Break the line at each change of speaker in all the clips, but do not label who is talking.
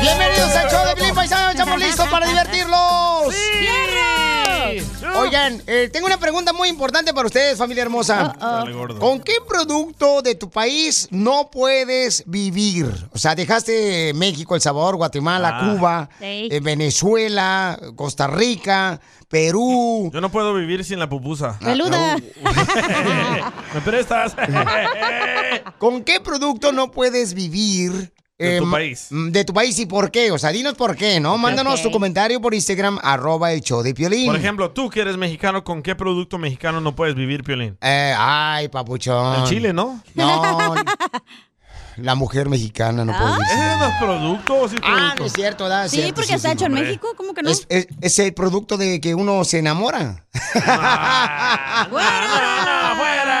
Bienvenidos al show de Pilín Paisano, estamos listos para divertirlos. Oigan, eh, tengo una pregunta muy importante para ustedes, familia hermosa.
Ah, Dale, gordo.
¿Con qué producto de tu país no puedes vivir? O sea, dejaste México, El Salvador, Guatemala,
Ah.
Cuba,
Sí.
eh, Venezuela, Costa Rica, Perú. Ah,
Yo no puedo vivir sin la pupusa.
Peluda.
¿Me prestas?
¿Con qué producto no puedes vivir?
De tu
em,
país.
mm, De tu país y por qué. O sea, dinos por qué, ¿no? Mándanos tu
Ok.
comentario por Instagram, arroba el show de Piolín.
Por ejemplo, tú que eres mexicano, ¿con qué producto mexicano no puedes vivir, Piolín?
Eh, ay, papuchón.
El chile, ¿no?
No. La mujer mexicana no puede vivir.
¿Ese
Ah,
es un producto o sí
Ah, no es
producto?
cierto, da, es
Sí,
cierto,
porque
sí,
está
sí.
hecho en
hombre.
México, ¿cómo que no?
Es, es- es el producto de que uno se enamora.
Ah, no, no, no,
¡Ah!
fuera!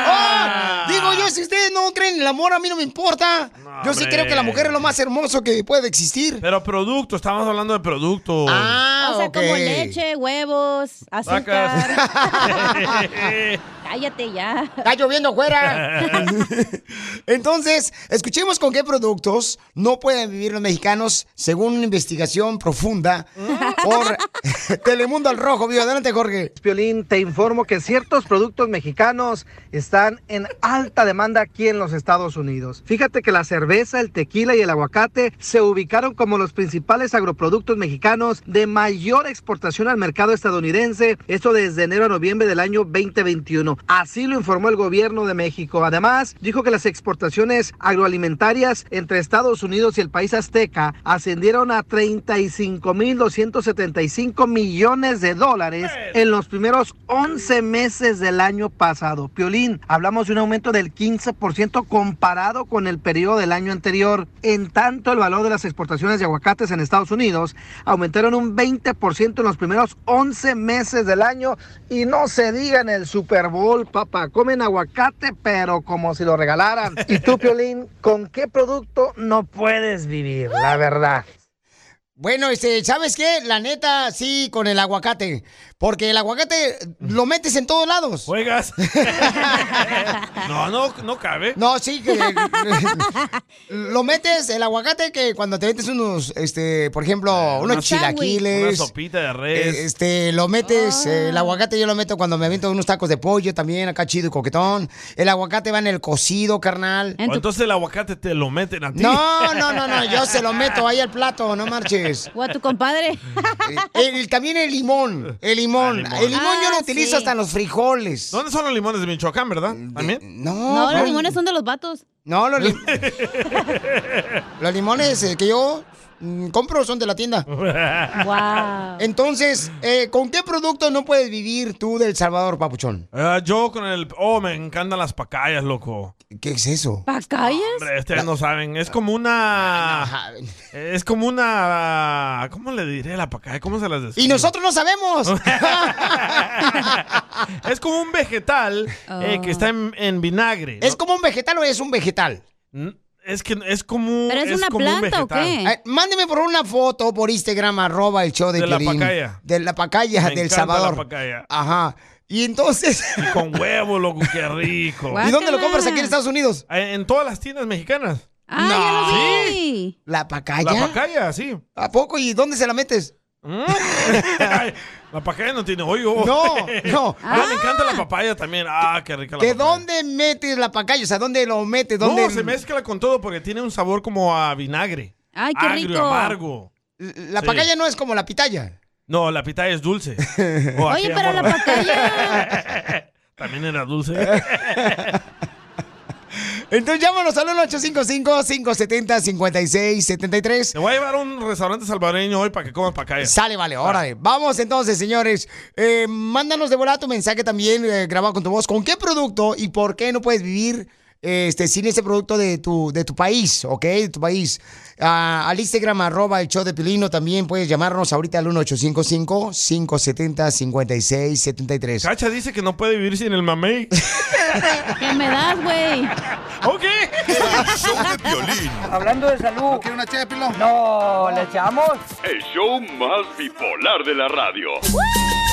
Digo yo, si ustedes no creen en el amor, a mí no me importa.
No,
yo sí
hombre.
creo que la mujer es lo más hermoso que puede existir.
Pero producto, estamos hablando de producto.
Ah,
o sea,
ok.
como leche, huevos, azúcar.
Vacas.
Cállate ya.
Está lloviendo fuera. Entonces, escuchemos con qué productos no pueden vivir los mexicanos según una investigación profunda
Mm.
por Telemundo al Rojo. Vivo, adelante, Jorge.
Piolín, te informo que ciertos productos mexicanos están en alta demanda aquí en los Estados Unidos. Fíjate que la cerveza, el tequila y el aguacate se ubicaron como los principales agroproductos mexicanos de mayor exportación al mercado estadounidense, esto desde enero a noviembre del año 2021. Así lo informó el gobierno de México. Además, dijo que las exportaciones agroalimentarias entre Estados Unidos y el país azteca ascendieron a 35.275 millones de dólares en los primeros 11 meses del año pasado. Piolín, hablamos de un aumento del 15% comparado con el periodo del año anterior. En tanto, el valor de las exportaciones de aguacates en Estados Unidos aumentaron un 20% en los primeros 11 meses del año y no se diga en el Super Bowl, papá, comen aguacate pero como si lo regalaran. Y tú, Piolín, ¿con qué producto no puedes vivir? La verdad.
Bueno, este, ¿sabes qué? La neta, sí, con el aguacate. Porque el aguacate lo metes en todos lados.
¿Juegas? No, no, no cabe.
No, sí, que lo metes, el aguacate, que cuando te metes unos, este, por ejemplo, unos
Una- Ah, Una
chilaquiles.
sopita de
eh,
res.
Este, lo metes, eh, el
Ah.
aguacate yo lo meto cuando me aviento unos tacos de pollo también, acá chido y coquetón. El aguacate va en el cocido, carnal.
O entonces el aguacate te lo meten a ti.
No, no, no, no, yo se lo meto ahí al plato, no marches.
O a tu compadre.
El, el- también el limón, el limón.
Ah, limón.
El limón yo lo
Ah,
utilizo
sí.
hasta en los frijoles.
¿Dónde son los limones de Michoacán, verdad? ¿También?
No,
No, los
pues,
limones son de los vatos.
No, los, lim- los limones eh, que yo mm, compro son de la tienda.
Wow.
Entonces, eh, ¿con qué producto no puedes vivir tú del Salvador, papuchón?
Ah, yo con el... Oh, me encantan las pacayas, loco.
¿Qué es eso?
¿Pacayas?
Hombre, ustedes no saben. Es como una...
Ajá.
Es como una... ¿Cómo le diré la pacaya? ¿Cómo se las describo?
Y nosotros no sabemos.
Es como un vegetal eh, que está en, en vinagre.
¿Es
¿no?
como un vegetal o es un vegetal?
Mm, es que es como...
¿Pero es una
como un
planta o
vegetal.
qué?
Eh, mándeme por una foto por Instagram, arroba el show de
De la
Piolín.
pacaya.
De la pacaya
Me
del
encanta
Salvador.
la pacaya.
Ajá. Y entonces,
Y con huevo, loco, qué rico.
Guau.
¿y dónde lo compras aquí en
Guácala.
Estados Unidos?
Eh, En todas las tiendas mexicanas.
Ah,
No.
ya lo vi.
¿La pacaya?
La pacaya, sí.
¿A poco? ¿Y dónde se la metes?
Mm. Ay, la pacaya no tiene hoyo.
No, no.
Ah, me encanta la papaya también. Ah, qué rica la
¿De
papaya.
dónde metes la pacaya? O sea, ¿dónde lo metes? ¿Dónde...
No, se mezcla con todo porque tiene un sabor como a vinagre.
Ay, qué
Agrio,
rico.
amargo.
La
Sí.
pacaya no es como la pitaya.
No, la pitaya es dulce. Oh,
Oye,
aquella
pero la
morra
pacaya.
También era dulce.
Entonces llámanos al 1-855-570-5673.
Te voy a llevar a un restaurante salvadoreño hoy para que comas pacaya.
Sale, vale, órale. Vamos entonces, señores. Eh, mándanos de volada tu mensaje también eh, grabado con tu voz. ¿Con qué producto y por qué no puedes vivir eh, este, sin ese producto de tu, de tu país, ok? De tu país. Ah, al Instagram, arroba el show de Pilino, también puedes llamarnos ahorita al 1855-570-5673.
Cacha dice que no puede vivir sin el mamey.
¿Qué me das, güey?
ok.
El show de violín.
Hablando de salud. ¿No una No, ¿le echamos?
El show más bipolar de la radio.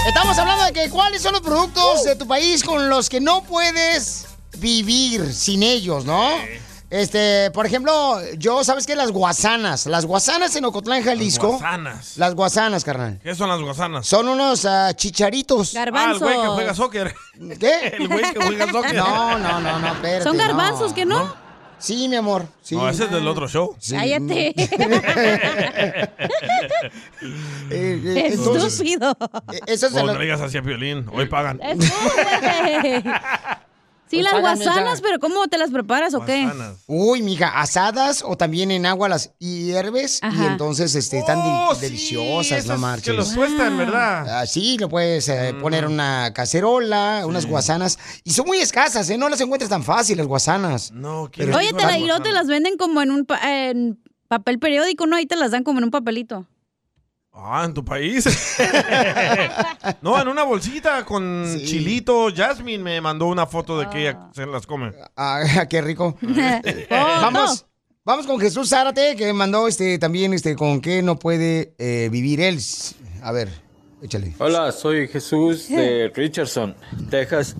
Estamos hablando de que cuáles son los productos de tu país con los que no puedes vivir sin ellos, ¿no? Este, por ejemplo, yo, ¿sabes qué? Las guasanas. Las guasanas en Ocotlán, Jalisco.
Guasanas.
Las guasanas, carnal.
¿Qué son las guasanas?
Son unos ah, chicharitos.
Ah, el
Garbanzos.
güey que juega soccer.
¿Qué?
El güey que juega soccer.
No, no, no, no, espérate.
Son
no,
garbanzos, ¿que no?
Sí, mi amor. Sí.
No, ese es del otro show.
Sí.
Cállate.
Eh, eh, entonces,
Estúpido.
e,
eh, eso es Eh, de
O
lo-
traigas hacia violín. Hoy pagan.
Estúpido. Sí,
Pues
las
háganme
guasanas,
ya.
pero ¿cómo te las preparas o qué?
Guasanas.
Uy, mija, asadas o también en agua las hierves y
Ajá.
entonces este, están de-
Oh, sí,
deliciosas,
esas
no marches.
Que los cuestan, ¿verdad? Mm.
Así lo puedes eh, poner en una cacerola, unas guasanas. Y son muy escasas, ¿eh? No las encuentras tan fácil las guasanas.
No, ¿qué
Pero-
rico
Oye, te la, y luego te
guasana.
las venden como en un pa- en papel periódico, ¿no? Ahí te las dan como en un papelito.
Ah, en tu país. no, en una bolsita con
Sí.
chilito. Jasmine me mandó una foto de que ella se las come.
Ah, qué rico.
Oh, Vamos.
Vamos. Vamos con Jesús Zárate, que mandó este también este con qué no puede eh, vivir él. A ver, échale.
Hola, soy Jesús de Richardson, Texas.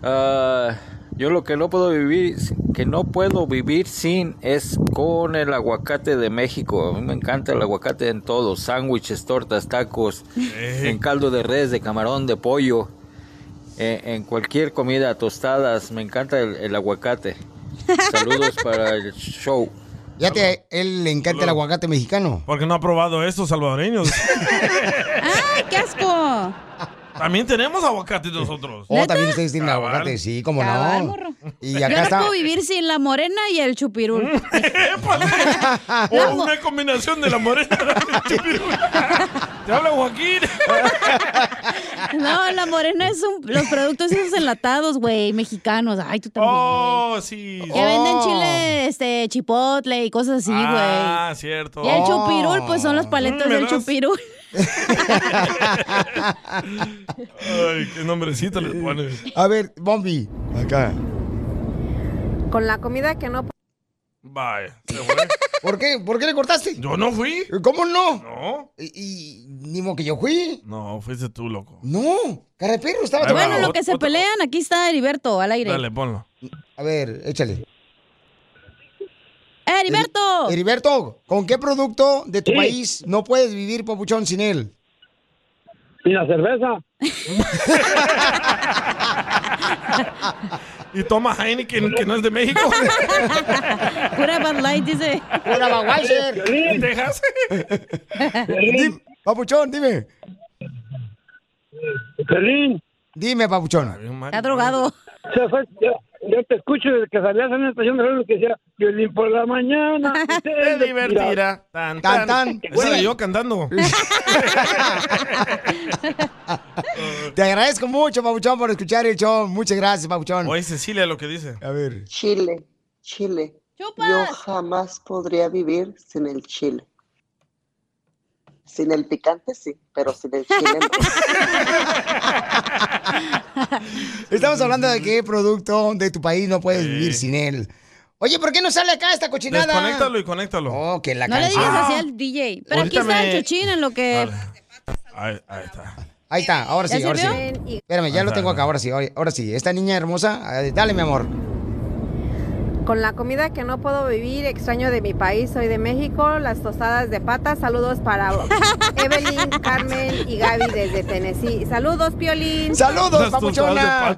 Ah, yo lo que no puedo vivir, que no puedo vivir sin es con el aguacate de México. A mí me encanta el aguacate en todo, sándwiches, tortas, tacos,
Eh.
en caldo de res, de camarón, de pollo, eh, en cualquier comida, tostadas. Me encanta el, el aguacate. Saludos para el show.
Ya te, él le encanta el aguacate mexicano.
Porque no ha probado esto, salvadoreños.
¡Ay, qué asco!
También tenemos aguacate nosotros.
Oh,
¿Neta?
también ustedes tienen
Cabal.
aguacate, sí, cómo
Cabal,
no.
morro.
Y
Yo
acá
no
está.
puedo vivir sin la morena y el chupirul.
Ah.
O Oh, una combinación de la morena. Te habla Joaquín.
No, la morena es un, los productos esos enlatados, güey, mexicanos. Ay, tú también.
Oh, sí.
Que venden
Oh.
chile, este, chipotle y cosas así, güey.
Ah, cierto.
y el
Oh.
chupirul, pues son las paletas
Mm,
del
¿verdad?
chupirul.
Ay, qué nombrecito les pones.
A ver, Bombi. Acá.
Con la comida que no
Bye. Se fue.
¿Por qué? ¿Por qué le cortaste?
Yo no fui.
¿Cómo no?
No.
Y, y- ni modo que yo fui.
No, fuiste tú, loco.
No, cara de perro, estaba
Ahí va,
Bueno,
tomando.
lo que se
otro-
pelean, aquí está Heriberto al aire.
Dale, ponlo.
A ver, échale.
¡Eh, Heriberto!
Heriberto, ¿con qué producto de tu país no puedes vivir, papuchón, sin él?
¿Y la cerveza?
Y toma Heineken, que no es de México.
Pura Bud Light, dice.
Pura Budweiser.
¿En Texas?
Di- Papuchón, dime.
Pelín,
Dime, papuchón.
Está drogado.
se fue- yo, yo te escucho desde que salías en la estación de radio que decía, Violín por la mañana. y
Te divertirá. Tan,
Tan, tan.
tan. Esa era yo cantando.
Te agradezco mucho, papuchón, por escuchar el show. Muchas gracias, papuchón.
Oye, Cecilia, lo que dice.
A ver.
Chile, Chile. Yo
¡Chupas!
jamás podría vivir sin el chile. Sin el picante sí, pero sin el chile no.
Estamos hablando de qué producto de tu país no puedes
Sí.
vivir sin él. Oye, ¿por qué no sale acá esta cochinada?
Desconéctalo y conéctalo.
Oh, que la
No le
canción.
digas así al DJ. Pero aquí
Ahorita
está
me-
el chuchín en lo que...
Dale. Ahí, ahí está.
Ahí está, ahora sí,
¿Ya
ahora sí.
sirvió?
Espérame, ya lo
Ahí está.
tengo acá, ahora sí, ahora ahora sí. Esta niña hermosa, eh, dale, mi amor.
con la comida que no puedo vivir, extraño de mi país, soy de México, las tostadas de patas, saludos para Evelyn, Carmen y Gaby desde Tennessee. Saludos, Piolín.
Saludos, papuchona.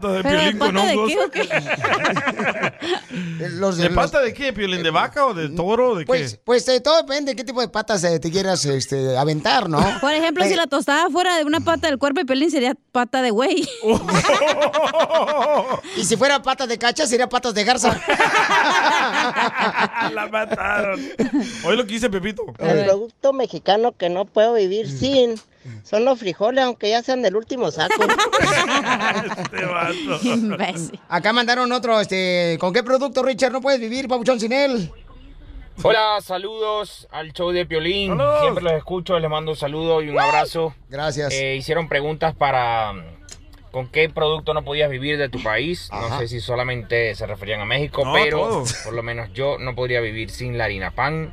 Los
¿De pata de qué, Piolín? ¿De vaca o de toro? o ¿De
Pues,
qué?
pues eh, todo depende de qué tipo de patas eh, te quieras este, aventar, ¿no?
Por ejemplo,
Eh.
si la tostada fuera de una pata del cuerpo de Pelín, sería pata de güey.
Y si fuera patas de cacha, sería
Oh.
patas de garza.
Ah, La mataron. Hoy lo que hice, Pepito.
El producto mexicano que no puedo vivir sin son los frijoles, aunque ya sean del último saco.
Acá mandaron otro, este, ¿con qué producto, Richard? No puedes vivir, papuchón, sin él.
Hola, saludos al show de Piolín. Siempre los escucho, les mando un saludo y un abrazo.
Gracias.
Eh, hicieron preguntas para mm, con qué producto no podías vivir de tu país. No sé si solamente se referían a México,
No,
pero
todo.
por lo menos yo no podría vivir sin la harina pan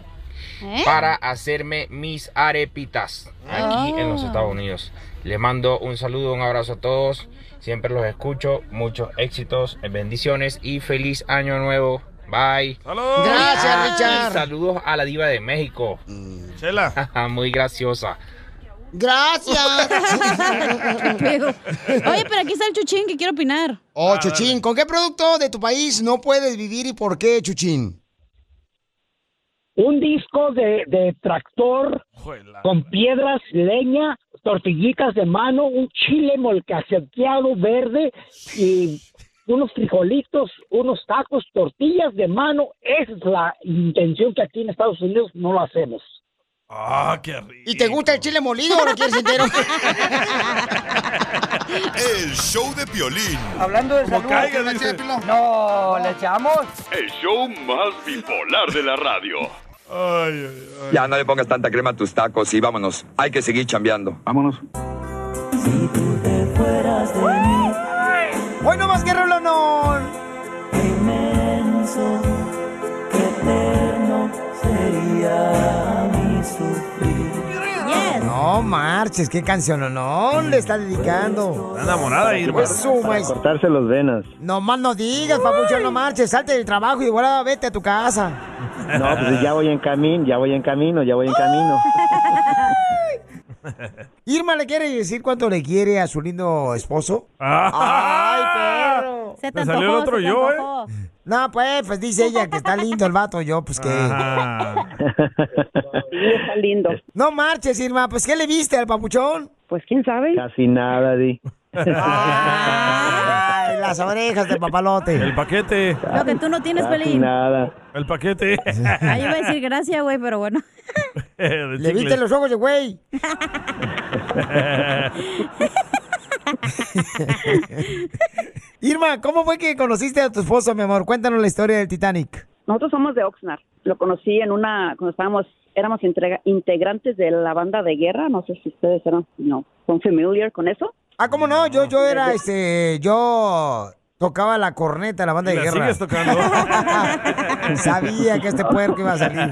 ¿Eh?
¿Eh?
para hacerme mis arepitas aquí
Oh.
en los Estados Unidos. Les mando un saludo, un abrazo a todos. Siempre los escucho. Muchos éxitos, bendiciones y feliz año nuevo. Bye.
Gracias,
Ay,
Richard.
Saludos a la diva de México. Chela. Muy graciosa.
Gracias.
Oye, pero aquí está el chuchín que quiero opinar.
Oh,
Ah,
Chuchín, ¿con qué producto de tu país no puedes vivir y por qué, Chuchín?
Un disco de, de tractor con piedras, leña, tortillitas de mano, un chile molcajeteado verde y unos frijolitos, unos tacos, tortillas de mano. Esa es la intención que aquí en Estados Unidos no lo hacemos.
Ah, qué rico.
¿Y te gusta el chile molido o lo quieres entero?
El show de Piolín.
Hablando de salud,
caiga,
¿qué le
dice.
echamos? no, le echamos.
El show más bipolar de la radio.
Ya no le pongas tanta crema a tus tacos y vámonos. Hay que seguir chambeando. Vámonos.
Hoy no más que rolonón.
Inmenso, qué eterno sería mi sufrir.
No marches, qué canción no le está dedicando.
Está enamorada, Irma.
Su
Para
maíz-
cortarse los venas.
No más no digas, papuchón, no marches, salte del trabajo y de volada vete a tu casa.
No, pues ya voy en camino, ya voy en camino, ya voy en camino.
Irma le quiere decir cuánto le quiere a su lindo esposo.
Ah. Ay,
perro.
Se te Me salió el antojó, otro se te yo, ¿eh? antojó.
No, pues, pues dice ella que está lindo el vato, yo, pues que.
está
lindo. No marches, Irma, pues ¿qué le viste al papuchón? Pues quién sabe.
Casi nada, Di.
Ay, las orejas del papalote.
El paquete.
Lo que tú no tienes, Pelín.
Ah,
nada.
El paquete.
Ahí iba a decir gracias, güey, pero bueno.
Le
viste los ojos de güey. Irma, ¿cómo fue que conociste a tu esposo, mi amor? Cuéntanos la historia del Titanic.
Nosotros somos de Oxnard. Lo conocí en una, cuando estábamos, éramos entrega- integrantes de la banda de guerra. No sé si ustedes eran, no, son familiar con eso.
Ah, ¿cómo no? Yo, yo era, este, yo tocaba la corneta, la banda de
¿La
guerra.
sigues tocando?
Sabía que este puerco iba a salir.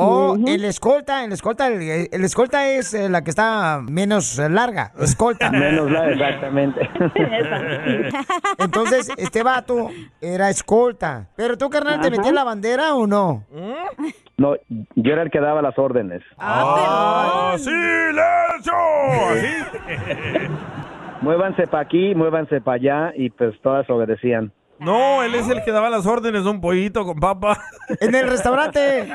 O el escolta, el escolta, el, el escolta es eh, la que está menos eh, larga, escolta.
Menos la, exactamente.
Entonces, este vato era escolta. Pero tú, carnal, ¿te
Ajá.
metías la bandera o no?
No, yo era el que daba las órdenes.
¡Ah, ¡Silencio!
Muévanse para aquí, muévanse para allá y pues todas obedecían.
No, él es el que daba las órdenes de un pollito con papa.
En el restaurante.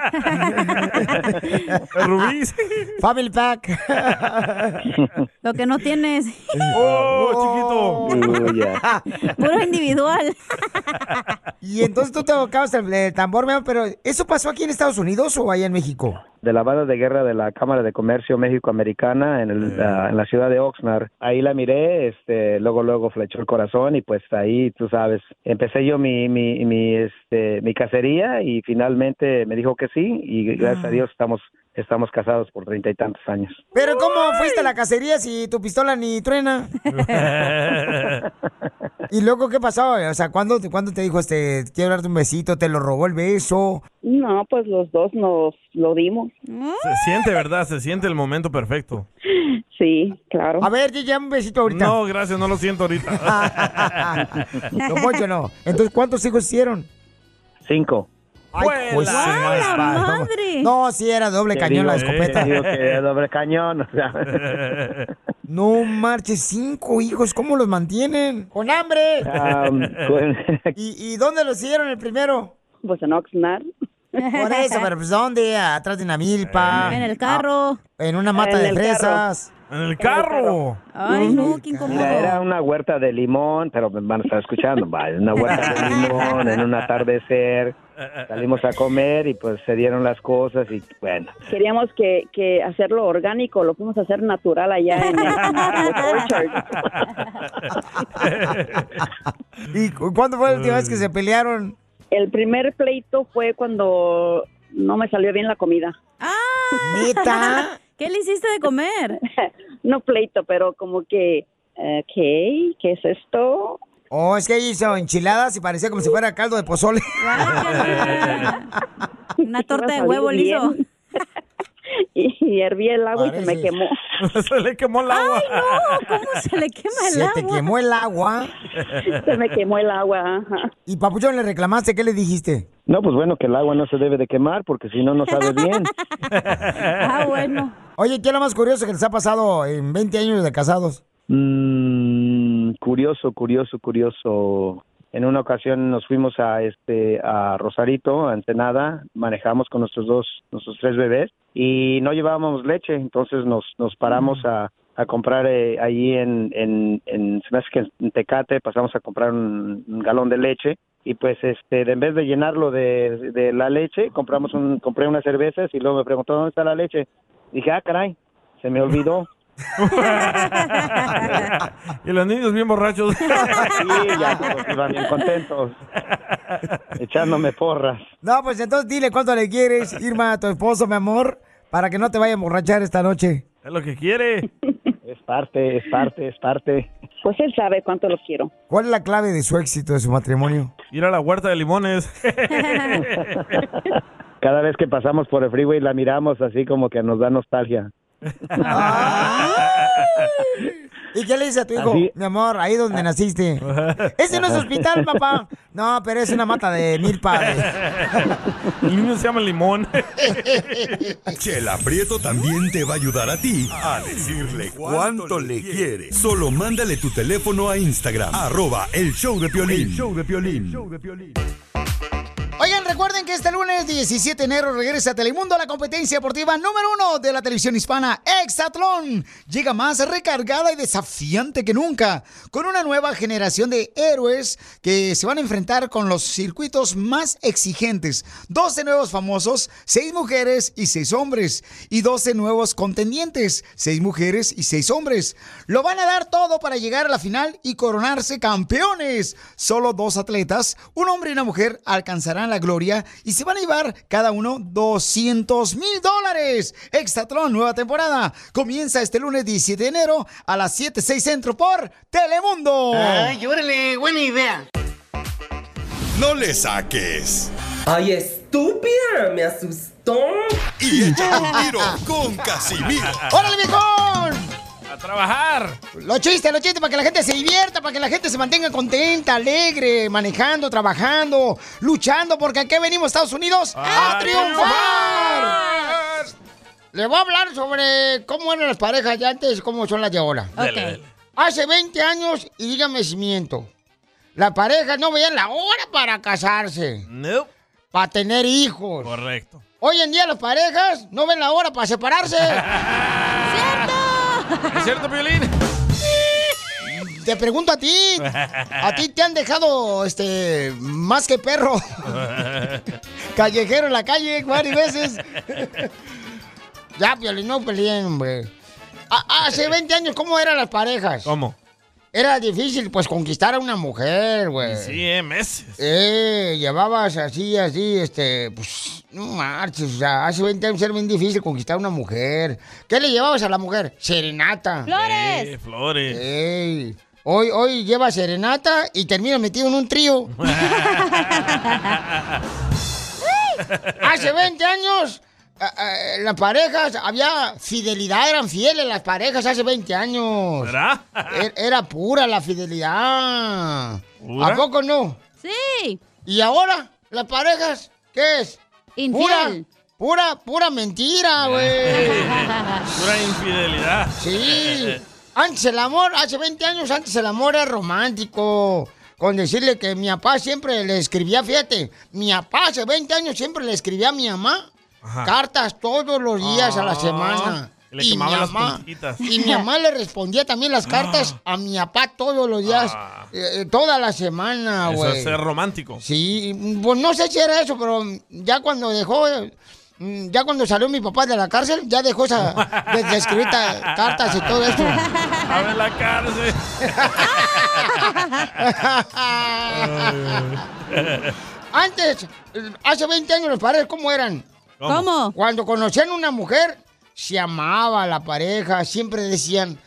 Rubí.
Family Pack.
Lo que no tienes.
¡Oh,
chiquito! Puro individual.
Y entonces tú tocabas el, el eh, tambor, mi amor, pero ¿eso pasó aquí en Estados Unidos o allá en México?
de la banda de guerra de la Cámara de Comercio México-Americana en, el, ah, en la ciudad de Oxnard. Ahí la miré, este, luego, luego flechó el corazón y pues ahí, tú sabes, empecé yo mi, mi, mi, este, mi cacería y finalmente me dijo que sí y gracias
Ah.
a Dios estamos, estamos casados por treinta y tantos años.
Pero ¿cómo fuiste a la cacería si tu pistola ni truena? ¿Y luego qué pasó? O sea, ¿cuándo, te- cuándo te dijo, este, quiero darte un besito, te lo robó el beso?
No, pues los dos nos lo dimos.
Se siente, ¿verdad? Se siente el momento perfecto.
¿Eh?
Sí, claro.
A ver, ya un besito ahorita.
No, gracias, no lo siento ahorita.
No, Poncho, no. Entonces, ¿cuántos hijos hicieron?
Cinco.
Ay, pues,
¡A
no es
la
barato.
madre!
No, sí era doble
Te
cañón la
digo-
escopeta.
te digo que es doble cañón, o sea.
No marches, cinco hijos, ¿cómo los mantienen? ¡Con hambre!
Am, con-
¿Y, y dónde los hicieron el primero?
Pues en Oxnard.
Por eso, pero pues ¿dónde? Atrás de una milpa.
En el carro.
Ah, en una mata
En
de
el
fresas. En el carro.
Ay, no, qué
Oh. Mira,
incómodo.
era una huerta de limón, pero me van a estar escuchando, vale, una huerta de limón en un atardecer. Salimos a comer y pues se dieron las cosas y bueno.
Queríamos que, que hacerlo orgánico, lo fuimos a hacer natural allá en, en Orchard.
¿Y cu- cuándo fue la última vez que se pelearon?
El primer pleito fue cuando no me salió bien la comida.
Ah, ¿Neta?
¿Qué le hiciste de comer?
no pleito, pero como que, eh, ¿qué? ¿Qué es esto?
Oh, es que hizo enchiladas y parecía como si fuera caldo de pozole.
Una torta de
salir
huevo
bien.
liso.
Y, y herví el agua y se me
Parece.
quemó.
Se le quemó el agua.
¡Ay, no! ¿Cómo se le quema el
Se
agua?
te quemó el agua.
Se me quemó el agua, ajá.
¿Y Papuchón le reclamaste? ¿Qué le dijiste?
No, pues bueno, que el agua no se debe de quemar porque si no, no sabe bien.
Ah, bueno.
Oye, ¿qué es lo más curioso que les ha pasado en 20 años de casados?
Mm, curioso, curioso, curioso. En una ocasión nos fuimos a este a Rosarito, a Ensenada, manejamos con nuestros dos, nuestros tres bebés y no llevábamos leche, entonces nos nos paramos a, a comprar eh, allí en en en, se me hace que en Tecate, pasamos a comprar un, un galón de leche y pues este de- en vez de llenarlo de, de la leche, compramos un compré unas cervezas y luego me preguntó dónde está la leche. Dije, "Ah, caray, se me olvidó."
Y los niños bien borrachos.
Sí, ya todos iban bien contentos. Echándome porras.
No, pues entonces dile cuánto le quieres, Irma, a tu esposo, mi amor, para que no te vaya a emborrachar esta noche.
Es lo que quiere.
Es parte, es parte, es parte.
Pues él sabe cuánto lo quiero.
¿Cuál es la clave de su éxito, de su matrimonio?
Ir a la huerta de limones.
Cada vez que pasamos por el freeway la miramos así como que nos da nostalgia.
¿Y qué le dice a tu hijo?
Así-
Mi amor, ahí donde naciste. Ese no es hospital, papá. No, pero es una mata de mil padres.
El niño se llama Limón.
Chela Prieto también te va a ayudar a ti a decirle cuánto le quiere. Solo mándale tu teléfono a Instagram, arroba el show de Piolín. show de
Oigan, recuerden que este lunes 17 de enero regresa a Telemundo la competencia deportiva número uno de la televisión hispana, Exatlón. Llega más recargada y desafiante que nunca, con una nueva generación de héroes que se van a enfrentar con los circuitos más exigentes. 12 nuevos famosos, 6 mujeres y 6 hombres. Y 12 nuevos contendientes, 6 mujeres y 6 hombres. Lo van a dar todo para llegar a la final y coronarse campeones. Solo dos atletas, un hombre y una mujer, alcanzarán la gloria y se van a llevar cada uno 200 mil dólares. Exatlón, nueva temporada. Comienza este lunes 17 de enero a las 7, 6 centro por Telemundo.
Ay, órale, buena idea.
No le saques.
Ay, estúpida, me asustó.
Y echa un tiro con Casimiro.
¡Órale, viejón!
A trabajar.
Los chistes, los chistes, para que la gente se divierta, para que la gente se mantenga contenta, alegre, manejando, trabajando, luchando, porque aquí venimos, Estados Unidos, a,
¡A
triunfar. Le voy a hablar sobre cómo eran las parejas de antes y cómo son las de ahora. Hace 20 años, y dígame si miento, las parejas no veían la hora para casarse. No. Para tener hijos.
Correcto.
Hoy en día las parejas no ven la hora para separarse.
¿Es cierto, Piolín?
Te pregunto a ti. A ti te han dejado este más que perro callejero en la calle varias veces. ya, Piolín, no peleen, hombre. A- Hace 20 años, ¿cómo eran las parejas?
¿Cómo?
Era difícil, pues, conquistar a una mujer, güey.
Sí, eh, meses.
Eh, llevabas así, así, este, pues, no marches, o sea, hace 20 años era bien difícil conquistar a una mujer. ¿Qué le llevabas a la mujer? Serenata.
Eh, flores.
Ey, hoy, hoy lleva serenata y termina metido en un trío. Hace 20 años, a- a- las parejas, había fidelidad, eran fieles las parejas hace 20 años.
¿Verdad?
Er- Era pura la fidelidad.
¿Pura?
¿A poco no? Sí. ¿Y ahora? Las parejas ¿Qué es?
Infiel.
Pura, pura, pura mentira, güey.
Pura infidelidad.
Sí. Antes el amor, hace 20 años antes el amor era romántico. Con decirle que mi papá siempre le escribía, fíjate, mi papá hace 20 años siempre le escribía a mi mamá
Ajá.
cartas todos los días a la
Ah,
semana.
que le quemaban las
mamá-
puntitas. Ah.
y mi mamá le respondía también las cartas a mi papá todos los días, eh, eh, toda la semana,
Eso
Ah, güey.
es ser romántico.
Sí, pues no sé si era eso, pero ya cuando dejó, mm, ya cuando salió mi papá de la cárcel, ya dejó esa, de, de escribir
Ah,
ta- cartas y todo esto.
Abre ah. la cárcel.
Antes, eh, hace 20 años los padres, ¿cómo eran?
¿Cómo?
Cuando conocían a una mujer, se amaba a la pareja, siempre decían,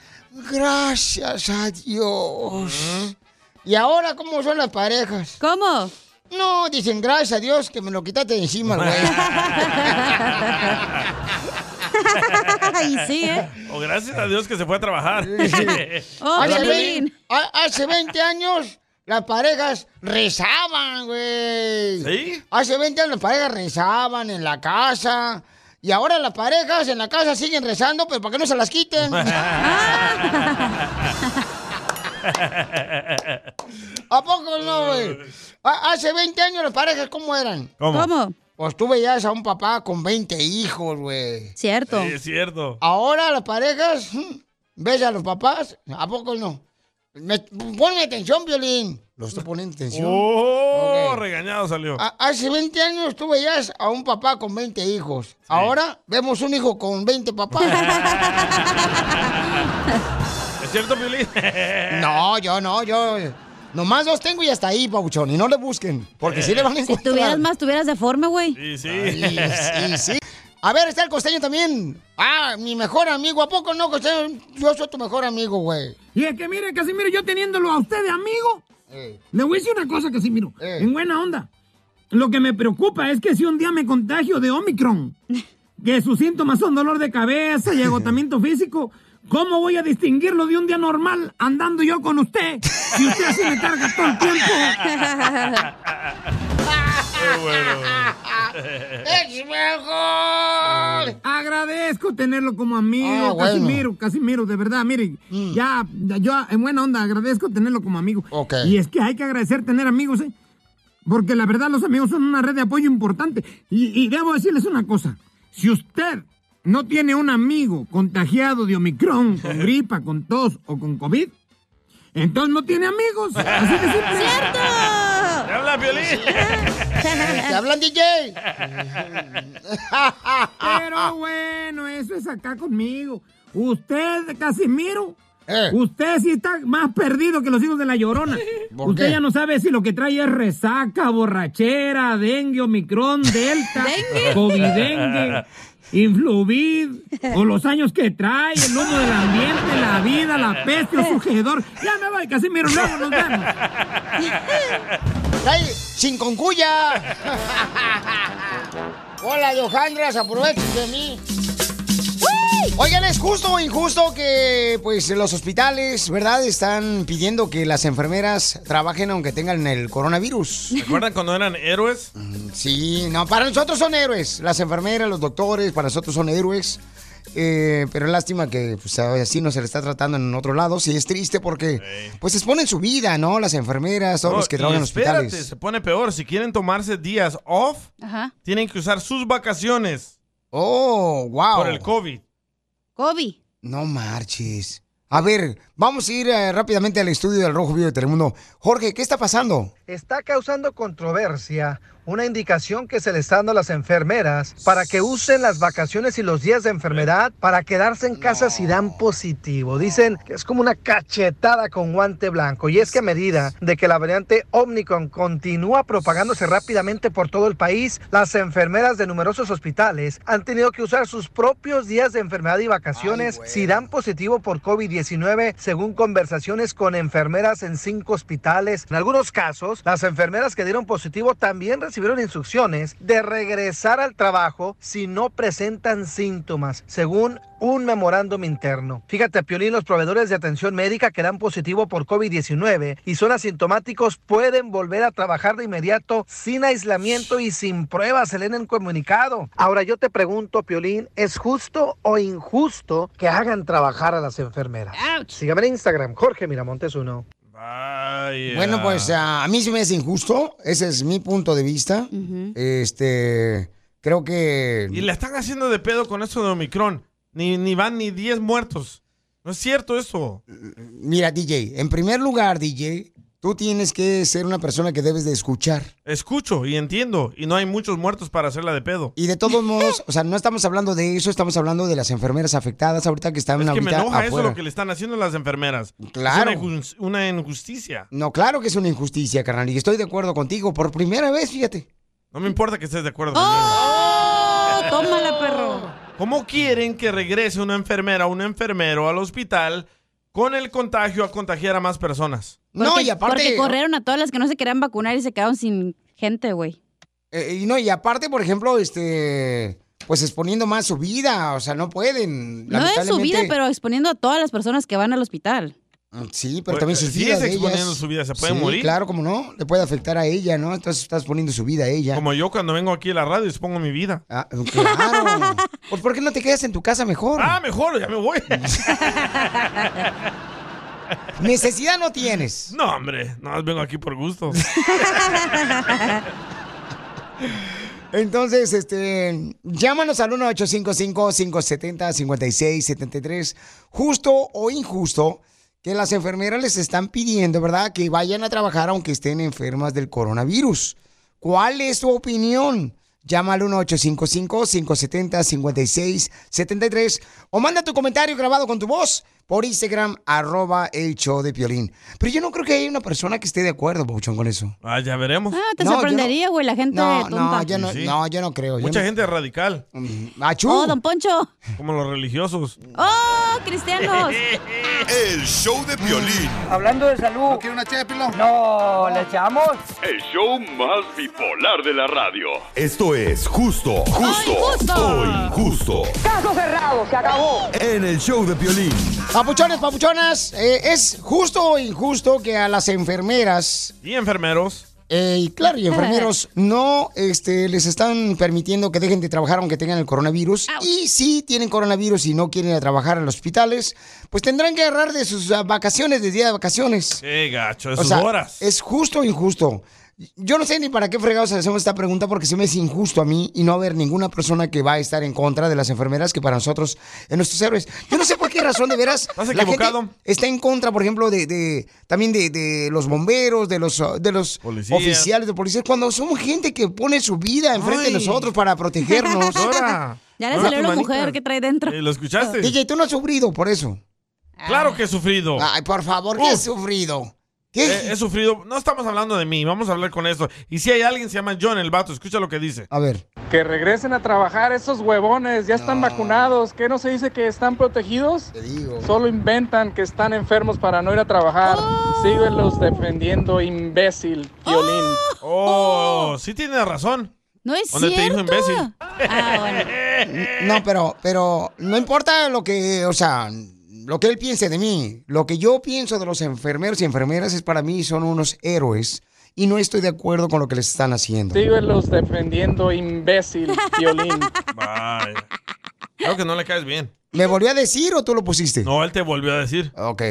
gracias a Dios. ¿Y ahora cómo son las parejas?
¿Cómo?
No, dicen, gracias a Dios que me lo quitaste de encima, güey.
sí, ¿eh?
O Oh, gracias a Dios que se fue a trabajar. Oh,
hace, vein- ha- hace 20 años las parejas rezaban, güey.
¿Sí?
Hace 20 años las parejas rezaban en la casa. Y ahora las parejas en la casa siguen rezando, pero para que no se las quiten. ¿A poco no, güey? Ha- Hace 20 años las parejas, ¿cómo eran?
¿Cómo? ¿Cómo?
Pues tú veías a un papá con 20 hijos, güey.
Cierto.
Sí, es cierto.
Ahora las parejas, hmm, ves a los papás, ¿a poco no? Me, ponme atención, Violín. Lo estoy poniendo atención.
Oh,
Ok. Ah,
regañado salió.
A- Hace 20 años tú veías a un papá con 20 hijos. Ahora vemos un hijo con 20 papás.
¿Es cierto, Piolín?
no, yo no, yo. Nomás dos tengo y hasta ahí, Pauchón. Y no le busquen, porque sí le van a
Si
encontrar.
tuvieras más, tuvieras deforme, güey.
Sí, sí.
Y, y sí. A ver, está el costeño también. Ah, mi mejor amigo. ¿A poco no, costeño? Yo soy tu mejor amigo, güey.
Y es que mire, Casimiro, yo teniéndolo a usted de amigo, le voy a decir una cosa, Casimiro, en buena onda. Lo que me preocupa es que si un día me contagio de Omicron, que sus síntomas son dolor de cabeza y agotamiento físico, ¿cómo voy a distinguirlo de un día normal andando yo con usted si usted así me carga todo el tiempo?
Qué bueno.
Eh. Agradezco tenerlo como amigo,
Ah, bueno.
Casimiro, Casimiro, de verdad, miren, ya, ya, yo en buena onda agradezco tenerlo como amigo. Y es que hay que agradecer tener amigos, ¿eh? Porque la verdad los amigos son una red de apoyo importante. Y, y debo decirles una cosa, si usted no tiene un amigo contagiado de Omicron, con gripa, con tos o con COVID, entonces no tiene amigos. Así de simple.
¿Te habla, Piolín?
¿Te hablan, DJ?
Pero bueno, eso es acá conmigo. Usted, Casimiro, usted sí está más perdido que los hijos de la llorona.
¿Por
Usted
qué?
ya no sabe si lo que trae es resaca, borrachera, dengue, omicron, delta,
¿Dengue?
covidengue, influvid, o los años que trae, el humo del ambiente, la vida, la peste, el sujedor. Ya me voy, Casimiro, luego nos vemos.
¡Ay, sin concuya! Hola, Alejandras, aprovechen de mí. Oigan, ¿es justo o injusto que pues los hospitales, verdad, están pidiendo que las enfermeras trabajen aunque tengan el coronavirus?
¿Recuerdan cuando eran héroes?
Mm, Sí, no, para nosotros son héroes. Las enfermeras, los doctores, para nosotros son héroes. Eh, pero lástima que pues, así no se le está tratando en otro lado. Sí, es triste porque pues exponen su vida, ¿no? Las enfermeras, todos
No,
los que
y
trabajan en
espérate,
hospitales.
se pone peor. Si quieren tomarse días off,
Ajá.
tienen que usar sus vacaciones.
Oh, wow.
Por el COVID.
Kobe.
No marches. A ver, vamos a ir eh, rápidamente al estudio del Rojo Vivo de Telemundo. Jorge, ¿qué está pasando?
Está causando controversia una indicación que se le está dando a las enfermeras para que usen las vacaciones y los días de enfermedad para quedarse en casa si dan positivo. Dicen que es como una cachetada con guante blanco y es que a medida de que la variante Omnicron continúa propagándose rápidamente por todo el país, las enfermeras de numerosos hospitales han tenido que usar sus propios días de enfermedad y vacaciones si dan positivo por COVID-19 según conversaciones con enfermeras en cinco hospitales. En algunos casos casos, las enfermeras que dieron positivo también recibieron instrucciones de regresar al trabajo si no presentan síntomas, según un memorándum interno. Fíjate, Piolín, los proveedores de atención médica que dan positivo por COVID-19 y son asintomáticos pueden volver a trabajar de inmediato sin aislamiento y sin pruebas, se leen en comunicado. Ahora yo te pregunto, Piolín, ¿es justo o injusto que hagan trabajar a las enfermeras? Sígame en Instagram, Jorge Miramontes uno.
Bueno, pues a a mí se me hace injusto. Ese es mi punto de vista. Este, creo que.
Y la están haciendo de pedo con eso de Omicron. Ni, ni van ni 10 muertos. No es cierto eso.
Mira, DJ, en primer lugar, DJ, tú tienes que ser una persona que debes de escuchar.
Escucho y entiendo. Y no hay muchos muertos para hacerla de pedo.
Y de todos modos, o sea, no estamos hablando de eso, estamos hablando de las enfermeras afectadas ahorita que están
Es que
ahorita
me enoja
afuera.
eso lo que le están haciendo las enfermeras.
Claro.
Es una, injus- una injusticia.
No, claro que es una injusticia, carnal, y estoy de acuerdo contigo por primera vez, fíjate.
No me importa que estés de acuerdo
conmigo. Oh, tómala, perro.
¿Cómo quieren que regrese una enfermera o un enfermero al hospital con el contagio a contagiar a más personas?
Porque- Porque corrieron a todas las que no se querían vacunar y se quedaron sin gente, güey.
Eh, y no, y aparte, por ejemplo, este pues exponiendo más su vida, o sea, no pueden.
No es su vida,
lamentablemente. Mm,
pero exponiendo a todas las personas que van al hospital.
Sí, pero también sus
Sí,
vidas.
es
de
Pues, exponiendo
ellas.
su vida, se puede
Sí,
morir.
Claro, como no, le puede afectar a ella, ¿no? Entonces estás poniendo su vida a ella.
Como yo cuando vengo aquí a la radio expongo mi vida.
Ah, Claro. Pues, ¿Por qué no te quedas en tu casa mejor?
Ah, mejor, ya me voy.
Necesidad no tienes.
No, hombre, no vengo aquí por gusto.
Entonces, este, llámanos al 1-855-570-5673. Justo o injusto que las enfermeras les están pidiendo, ¿verdad? Que vayan a trabajar aunque estén enfermas del coronavirus. ¿Cuál es tu opinión? Llama al 1-855-570-5673 o manda tu comentario grabado con tu voz por Instagram, arroba el show de Piolín. Pero yo no creo que haya una persona que esté de acuerdo, Bouchón, con eso.
Ah, ya veremos.
Ah, te
No, yo
sorprendería, güey, la gente
No,
tonta.
no, yo no,
Sí, sí.
no, yo no creo. yo
Mucha
no- Mm.
gente radical.
¡Achú!
¡Oh, don Poncho!
Como los religiosos.
¡Oh, cristianos!
El show de violín.
Hablando de salud. ¿No quiere una ché No, ¿le echamos?
El show más bipolar de la radio.
Esto es justo, justo o injusto.
Caso cerrado, se acabó.
En el show de violín.
Papuchones, papuchonas, eh, ¿es justo o injusto que a las enfermeras,
Y enfermeros.
eh, y claro, y enfermeros, no este, les están permitiendo que dejen de trabajar aunque tengan el coronavirus? Y si tienen coronavirus y no quieren ir a trabajar en los hospitales, pues tendrán que agarrar de sus ah, vacaciones, de día de vacaciones.
Qué gacho,
O
esas
sea,
horas.
¿Es justo o injusto? Yo no sé ni para qué fregados hacemos esta pregunta porque se me es injusto a mí y no haber ninguna persona que va a estar en contra de las enfermeras que para nosotros en nuestros héroes. Yo no sé por qué razón de veras
Estás
la gente
equivocado.
está en contra, por ejemplo, de, de- también de, de los bomberos, de los uh, de los oficiales de policía cuando somos gente que pone su vida enfrente de
Ay.
nosotros para protegernos.
Ah.
Dora, Ya le salió la mujer que trae dentro.
Eh, ¿Lo escuchaste?
DJ, tú no has sufrido por eso.
Claro que he sufrido.
Ah. Ay, por favor, ¿qué has sufrido?
Eh, he sufrido. No estamos hablando de mí, vamos a hablar con eso. Y si hay alguien, se llama John el vato, escucha lo que dice.
A ver.
Que regresen a trabajar esos huevones, ya están vacunados. ¿Qué no se dice que están protegidos? Solo inventan que están enfermos para no ir a trabajar.
Oh.
Síguelos defendiendo, imbécil, violín.
Oh, sí tiene razón.
No es
¿Dónde te dijo
cierto.
imbécil?
Ah.
No, pero, pero no importa lo que, o sea, lo que él piense de mí, lo que yo pienso de los enfermeros y enfermeras es para mí son unos héroes y no estoy de acuerdo con lo que les están haciendo.
Síguelos defendiendo, imbécil, violín.
Vaya. Creo que no le caes bien.
¿Me volvió a decir o tú lo pusiste?
No, él te volvió a decir.
Ok.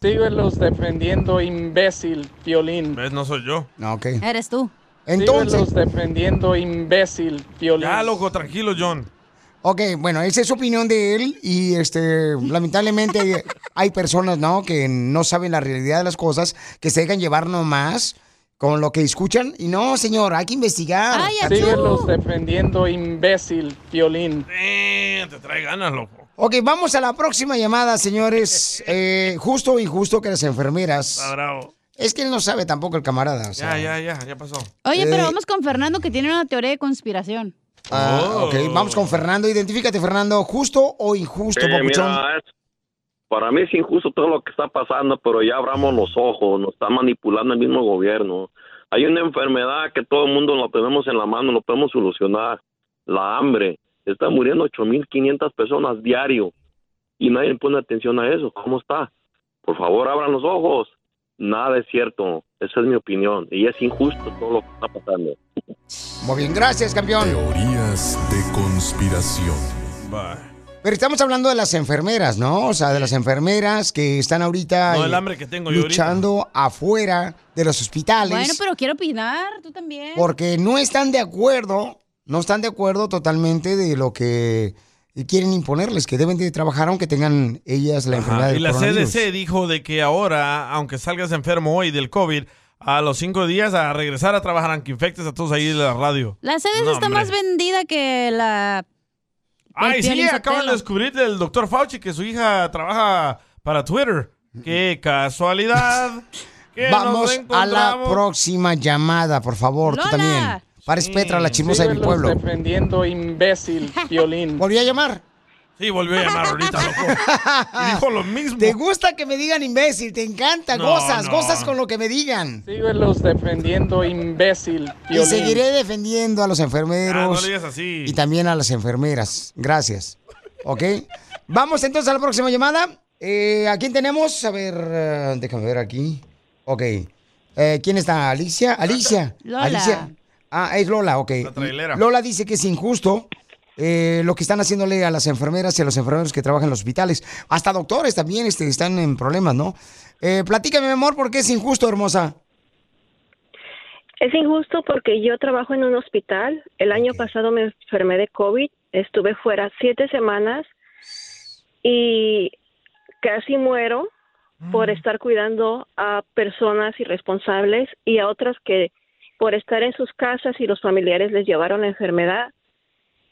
Síguelos defendiendo, imbécil, violín.
¿Ves? No soy yo.
No, ok.
Eres tú.
Síguelos defendiendo, imbécil, violín.
Ya, loco, tranquilo, John.
Ok, bueno, esa es su opinión de él y este, lamentablemente hay personas, ¿no? Que no saben la realidad de las cosas, que se dejan llevar nomás con lo que escuchan y no, señor, hay que investigar.
Síguelos defendiendo, imbécil, violín.
Eh, te trae ganas, loco.
Ok, vamos a la próxima llamada, señores. Eh, justo o injusto que las enfermeras.
Está bravo.
Es que él no sabe tampoco el camarada. o sea.
Ya, ya, ya, ya pasó.
Oye,
Eh.
pero vamos con Fernando que tiene una teoría de conspiración.
Ah,
Oh.
ok, vamos con Fernando. Identifícate, Fernando. ¿Justo o injusto,
Eh,
papuchón?
mira, es
Para mí es injusto todo lo que está pasando, pero ya abramos los ojos, nos está manipulando el mismo gobierno. Hay una enfermedad que todo el mundo la tenemos en la mano, lo podemos solucionar, la hambre. Están muriendo 8.500 personas diario y nadie pone atención a eso. ¿Cómo está? Por favor, abran los ojos. Nada es cierto. Esa es mi opinión. Y es injusto todo lo que está pasando.
Muy bien, gracias, campeón.
Teorías de conspiración.
Pero estamos hablando de las enfermeras, ¿no? O sea, de las enfermeras que están ahorita
No, el
eh,
hambre que tengo yo
luchando afuera de los hospitales
Bueno, pero quiero opinar, tú también.
porque no están de acuerdo, no están de acuerdo totalmente de lo que quieren imponerles, que deben de trabajar aunque tengan ellas la enfermedad
Ajá,
del
Ah, Y la
coronavirus.
CDC dijo de que ahora, aunque salgas enfermo hoy del COVID, a los cinco días a regresar a trabajar, aunque infectes a todos ahí de la radio.
La CDC
No,
está
hombre.
más vendida que la.
Ay,
el
sí,
Piolín
acaban de
Sotelo.
descubrir del doctor Fauci que su hija trabaja para Twitter. ¡Qué casualidad! que nos
Vamos a la
encontramos.
próxima llamada, por favor, tú también. Pares Petra, la chismosa de mi pueblo.
defendiendo, imbécil, violín.
¿Volví a llamar?
Sí, volvió a llamar ahorita, loco. Y dijo lo mismo.
¿Te gusta que me digan imbécil? ¿Te encanta?
No,
gozas,
no.
gozas con lo que me digan.
Síguelos defendiendo, imbécil,
Y
violín.
seguiré defendiendo a los
Ah,
enfermeros.
no le digas así.
Y también a las enfermeras. Gracias. ¿Ok? Vamos entonces a la próxima llamada. Eh, ¿A quién tenemos? A ver, eh, déjame ver aquí. Ok. Eh, ¿Quién está? ¿Alicia? ¿Alicia?
Lola.
¿Alicia? Ah, es Lola, ok.
trailera.
Lola dice que es injusto eh, lo que están haciéndole a las enfermeras y a los enfermeros que trabajan en los hospitales. Hasta doctores también este, están en problemas, ¿no? Eh, platícame, mi amor, ¿por qué es injusto, hermosa?
Es injusto porque yo trabajo en un hospital. El año pasado me enfermé de COVID. Estuve fuera siete semanas y casi muero por estar cuidando a personas irresponsables y a otras que por estar en sus casas y los familiares les llevaron la enfermedad.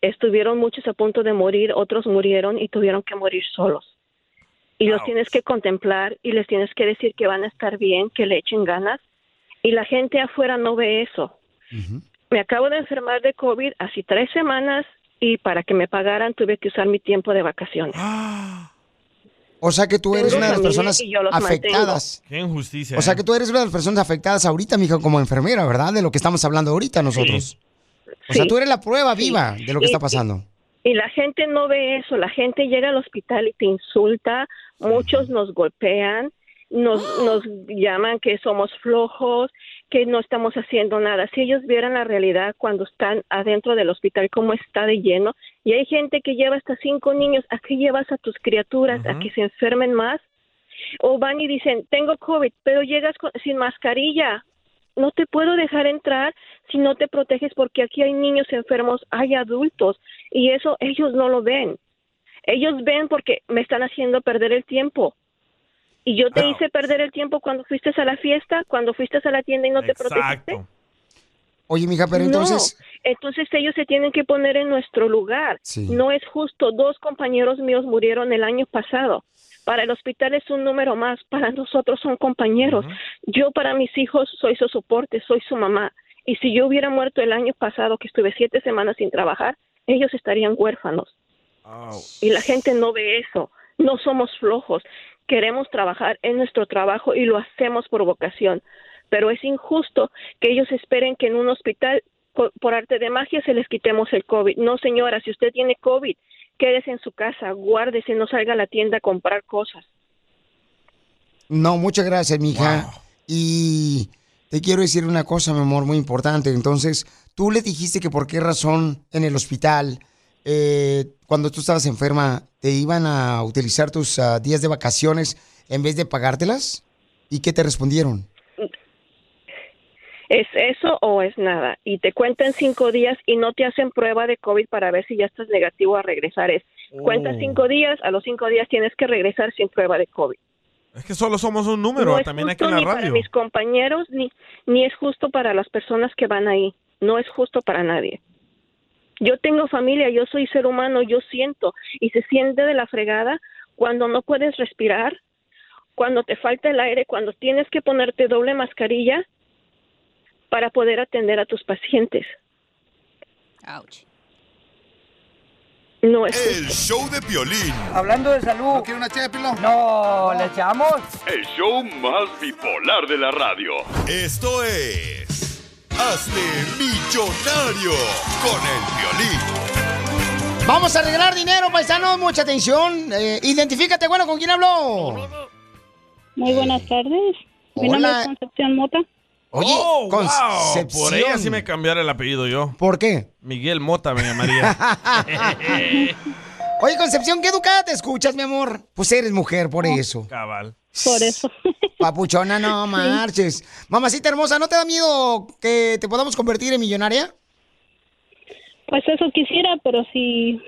Estuvieron muchos a punto de morir, otros murieron y tuvieron que morir solos. Y los tienes que contemplar y les tienes que decir que van a estar bien, que le echen ganas y la gente afuera no ve eso. Me acabo de enfermar de COVID hace tres semanas y para que me pagaran tuve que usar mi tiempo de vacaciones.
O sea que tú eres
Tengo
una de las
familia
personas
y yo los
afectadas.
Qué injusticia.
O sea
¿eh?
que tú eres una de las personas afectadas ahorita, mija, como enfermera, ¿verdad? De lo que estamos hablando ahorita nosotros. O sea,
Sí.
tú eres la prueba
Sí.
viva de lo que
Y-
está pasando.
Y la gente no ve eso, la gente llega al hospital y te insulta, muchos nos golpean, nos, nos llaman que somos flojos, que no estamos haciendo nada. Si ellos vieran la realidad cuando están adentro del hospital, cómo está de lleno, y hay gente que lleva hasta cinco niños, ¿a qué llevas a tus criaturas? ¿A que se enfermen más? O van y dicen, tengo COVID, pero llegas con- sin mascarilla. No te puedo dejar entrar si no te proteges porque aquí hay niños enfermos, hay adultos y eso ellos no lo ven. Ellos ven porque me están haciendo perder el tiempo. Y yo te hice perder el tiempo cuando fuiste a la fiesta, cuando fuiste a la tienda y no te protegiste.
Oye, mija, pero entonces.
No, entonces ellos se tienen que poner en nuestro lugar.
Sí.
No es justo. Dos compañeros míos murieron el año pasado. Para el hospital es un número más, para nosotros son compañeros. Yo para mis hijos soy su soporte, soy su mamá. Y si yo hubiera muerto el año pasado, que estuve siete semanas sin trabajar, ellos estarían huérfanos. Y la gente no ve eso. No somos flojos. Queremos trabajar en nuestro trabajo y lo hacemos por vocación. Pero es injusto que ellos esperen que en un hospital, co- por arte de magia, se les quitemos el COVID. No, señora, si usted tiene COVID, quédese en su casa, guárdese, no salga a la tienda a comprar cosas.
No, muchas gracias, mija. Y te quiero decir una cosa, mi amor, muy importante. Entonces, tú le dijiste que por qué razón en el hospital, eh, cuando tú estabas enferma, te iban a utilizar tus ah, días de vacaciones en vez de pagártelas. ¿Y qué te respondieron?
¿Es eso o es nada? Y te cuentan cinco días y no te hacen prueba de COVID para ver si ya estás negativo a regresar. Es, cuentas
Oh.
cinco días, a los cinco días tienes que regresar sin prueba de COVID.
Es que solo somos un número,
no es
también aquí
justo
en la
ni para
radio.
mis compañeros ni ni es justo para las personas que van ahí no es justo para nadie yo tengo familia yo soy ser humano yo siento y se siente de la fregada cuando no puedes respirar cuando te falta el aire cuando tienes que ponerte doble mascarilla para poder atender a tus pacientes
No
El show de Piolín.
Hablando de salud. ¿No quiere una ché de No, ¿le echamos?
El show más bipolar de la radio.
Esto es... Hazte millonario con el Piolín.
Vamos a arreglar dinero, paisanos. Mucha atención. Eh, identifícate, bueno, ¿con quién habló?
Muy buenas tardes. Mi
Hola.
nombre es Concepción Mota.
Oye,
Oh, wow.
Concepción.
Por ella sí me cambiara el apellido yo.
¿Por qué?
Miguel Mota me llamaría.
Oye, Concepción, qué educada te escuchas, mi amor. Pues eres mujer, por eso.
Cabal.
Por eso.
Papuchona, no
Sí.
marches. Mamacita hermosa, ¿no te da miedo que te podamos convertir en millonaria?
Pues eso quisiera, pero si,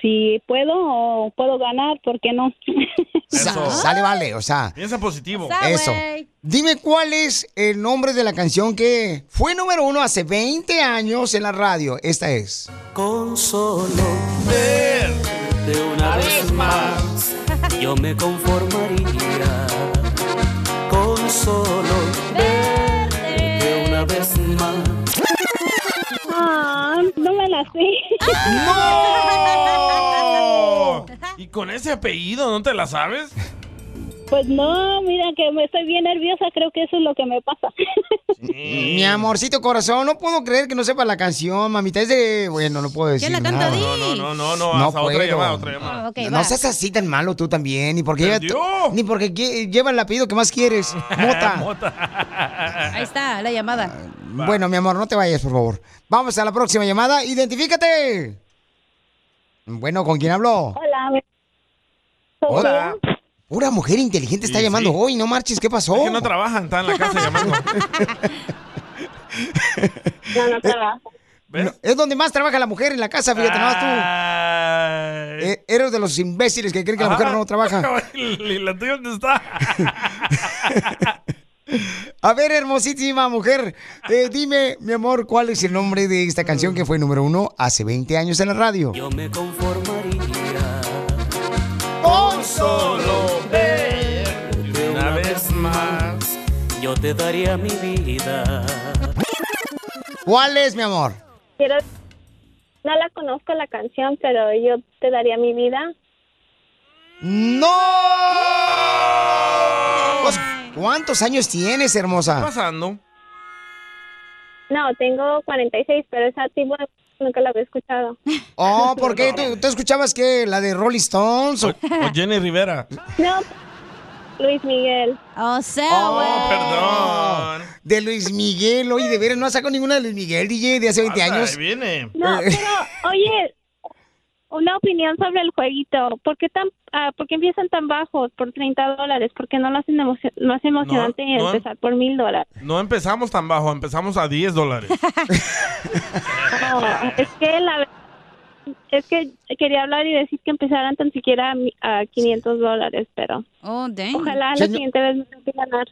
si puedo o puedo ganar, ¿por qué no?
Sa- Sale, vale, o sea.
Piensa positivo.
Eso. Dime cuál es el nombre de la canción que fue número uno hace 20 años en la radio. Esta es.
Con solo verte una vez más, yo me conformaría. Con solo verte una vez más.
Ah, no me la sé.
¡No! Oh, Y con ese apellido, ¿no te la sabes?
Pues no, mira que me estoy bien nerviosa, creo que eso es lo que me pasa.
Mi amorcito corazón, no puedo creer que no sepa la canción, mamita. Es de. Bueno, no puedo decir.
¿Quién la canta,
nada.
Di? No, no, no, no, no, vas a otra
puedo.
llamada, otra llamada. Ah, ok,
no
va.
seas así tan malo tú también. Ni porque, lleva-
Perdió.
ni porque lle- lleva el apellido que más quieres. Mota.
Ahí está, la llamada.
bueno, mi amor, no te vayas, por favor. Vamos a la próxima llamada. Identifícate. Bueno, ¿con quién hablo?
Hola.
Hola. Una mujer inteligente está
Sí,
llamando
sí.
hoy, no marches, ¿qué pasó?
Es que no trabajan, están en la casa llamando.
No, no trabaja.
Eh, No, es donde más trabaja la mujer en la casa, fíjate, nada
Ah,
más tú. Eh, eres de los imbéciles que creen que la mujer no trabaja.
¿Y la tuya dónde está?
A ver, hermosísima mujer, eh, dime, mi amor, ¿cuál es el nombre de esta canción que fue número uno hace 20 años en la radio?
Yo me conformaría con solo verte una vez más. Yo te daría mi vida.
¿Cuál es, mi amor?
Quiero- No la conozco la canción, pero yo te daría mi vida.
¡No! Pues, ¿Cuántos años tienes,
¿Qué
hermosa?
pasando?
No, tengo 46, pero esa tipo de nunca la había escuchado.
Oh, ¿por qué? ¿Tú, tú escuchabas que la de Rolling Stones? o-
O Jenny Rivera.
No, Luis Miguel.
O sea, güey.
Perdón.
De Luis Miguel, oye, de veras, no ha sacado ninguna de Luis Miguel, DJ, de hace 20
Anda,
años.
Ahí viene.
No,
Eh.
pero oye, una opinión sobre el jueguito. ¿Por qué, tan, ah, ¿por qué empiezan tan bajos? Por 30 dólares. ¿Por qué no lo hacen emocio- más emocionante
No, no.
empezar por mil dólares?
No empezamos tan bajo, empezamos a 10 dólares.
No, es que la verdad- es que quería hablar y decir que empezaran tan siquiera a mi- a 500 dólares, pero ojalá la
Señor-
siguiente vez me toque ganar.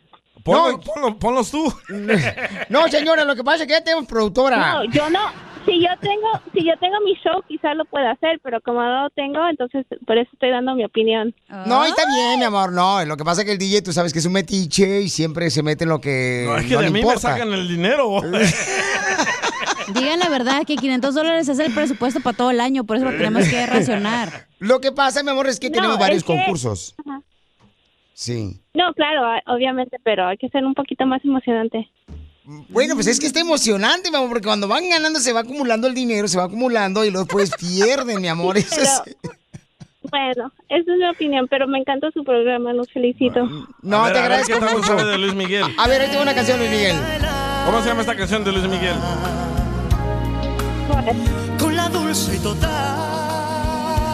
Ponlo, ponlo- ponlos tú.
No, señora, lo que pasa es que ya tenemos productora.
No, yo no. Si yo tengo, si yo tengo mi show, quizás lo pueda hacer, pero como no lo tengo, entonces por eso estoy dando mi opinión.
No, está bien, mi amor, no. Lo que pasa es que el DJ, tú sabes que es un metiche y siempre se mete en lo que Eh, no,
No, es que
le
de mí me
importa.
sacan el dinero.
Digan la verdad que 500 dólares es el presupuesto para todo el año, por eso lo tenemos que racionar.
Lo que pasa, mi amor, es que
No,
tenemos varios
es que-
concursos. Sí.
No, claro, a- obviamente, pero hay que ser un poquito más emocionante.
Bueno, pues es que está emocionante, mi amor, porque cuando van ganando se va acumulando el dinero, se va acumulando y luego pues pierden, mi amor. Eso es-
Bueno, esa es mi opinión, pero me encanta su programa, los felicito.
No,
A ver,
te
a ver
agradezco
qué tanto
mucho.
sabe de Luis Miguel.
A ver, ahí tengo una canción, Luis Miguel.
¿Cómo se llama esta canción de Luis Miguel?
Con la dulce y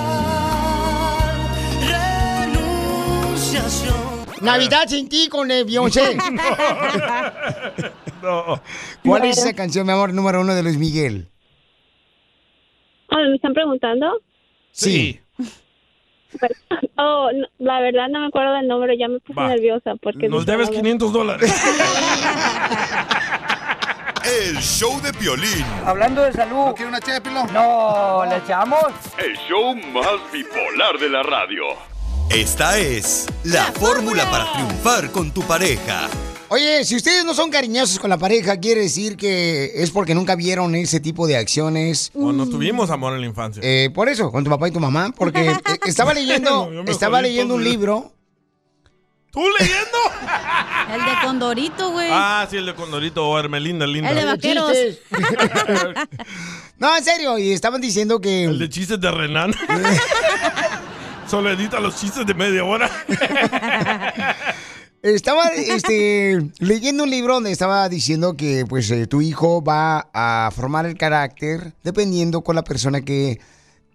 total renunciación.
Navidad sin ti con el Beyoncé.
No.
¿Cuál es esa canción, mi amor, número uno de Luis Miguel?
Ah, ¿Me están preguntando?
Sí.
Oh, no, la verdad no me acuerdo del nombre, ya me puse
Va.
nerviosa porque...
Nos debes 500 dólares.
El show de Piolín.
Hablando de salud. ¿No quiere una ché de No, ¿le echamos?
El show más bipolar de la radio.
Esta es la fórmula para triunfar con tu pareja.
Oye, si ustedes no son cariñosos con la pareja, quiere decir que es porque nunca vieron ese tipo de acciones.
O no tuvimos amor en la infancia.
Eh, por eso, con tu papá y tu mamá, porque eh, estaba leyendo,
Yo me
estaba
jodí
leyendo
todo
un
el-
libro.
¿Tú leyendo?
El de Condorito, güey.
Ah, sí, el de Condorito o Hermelinda, linda.
el de vaqueros.
No, en serio, y estaban diciendo que...
El de chistes de Renan. Solo edita los chistes de media hora.
Estaba este, leyendo un libro donde estaba diciendo que pues eh, tu hijo va a formar el carácter dependiendo con la persona que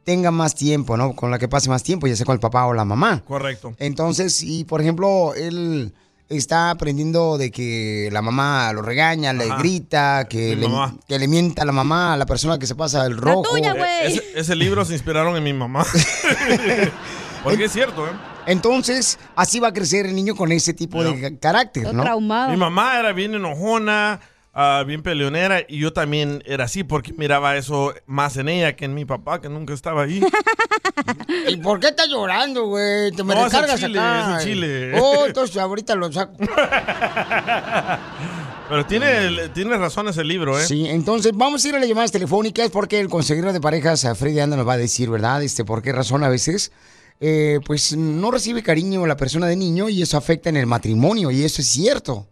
tenga más tiempo, ¿no? Con la que pase más tiempo, ya sea con el papá o la mamá.
Correcto.
Entonces, si por ejemplo él está aprendiendo de que la mamá lo regaña, le
Ajá.
grita, que
Mi
le,
mamá.
que le mienta a la mamá, a la persona que se pasa el rojo.
Eh, Ese, ese libro se inspiraron en mi mamá. Porque es cierto, ¿eh?
Entonces, así va a crecer el niño con ese tipo de ca- carácter, ¿no?
Mi mamá era bien enojona, ah, bien peleonera, y yo también era así porque miraba eso más en ella que en mi papá, que nunca estaba ahí.
¿Y por qué estás llorando, güey? Te me
No, es el
recargas
chile,
acá.
es el chile.
Oh, entonces ahorita lo saco.
Pero tiene, tiene razón ese libro, ¿eh?
Sí, entonces vamos a ir a las llamadas telefónicas porque el consejero de parejas, a Freddy Anda, nos va a decir, ¿verdad? Este, por qué razón a veces, eh, pues no recibe cariño la persona de niño y eso afecta en el matrimonio y eso es cierto.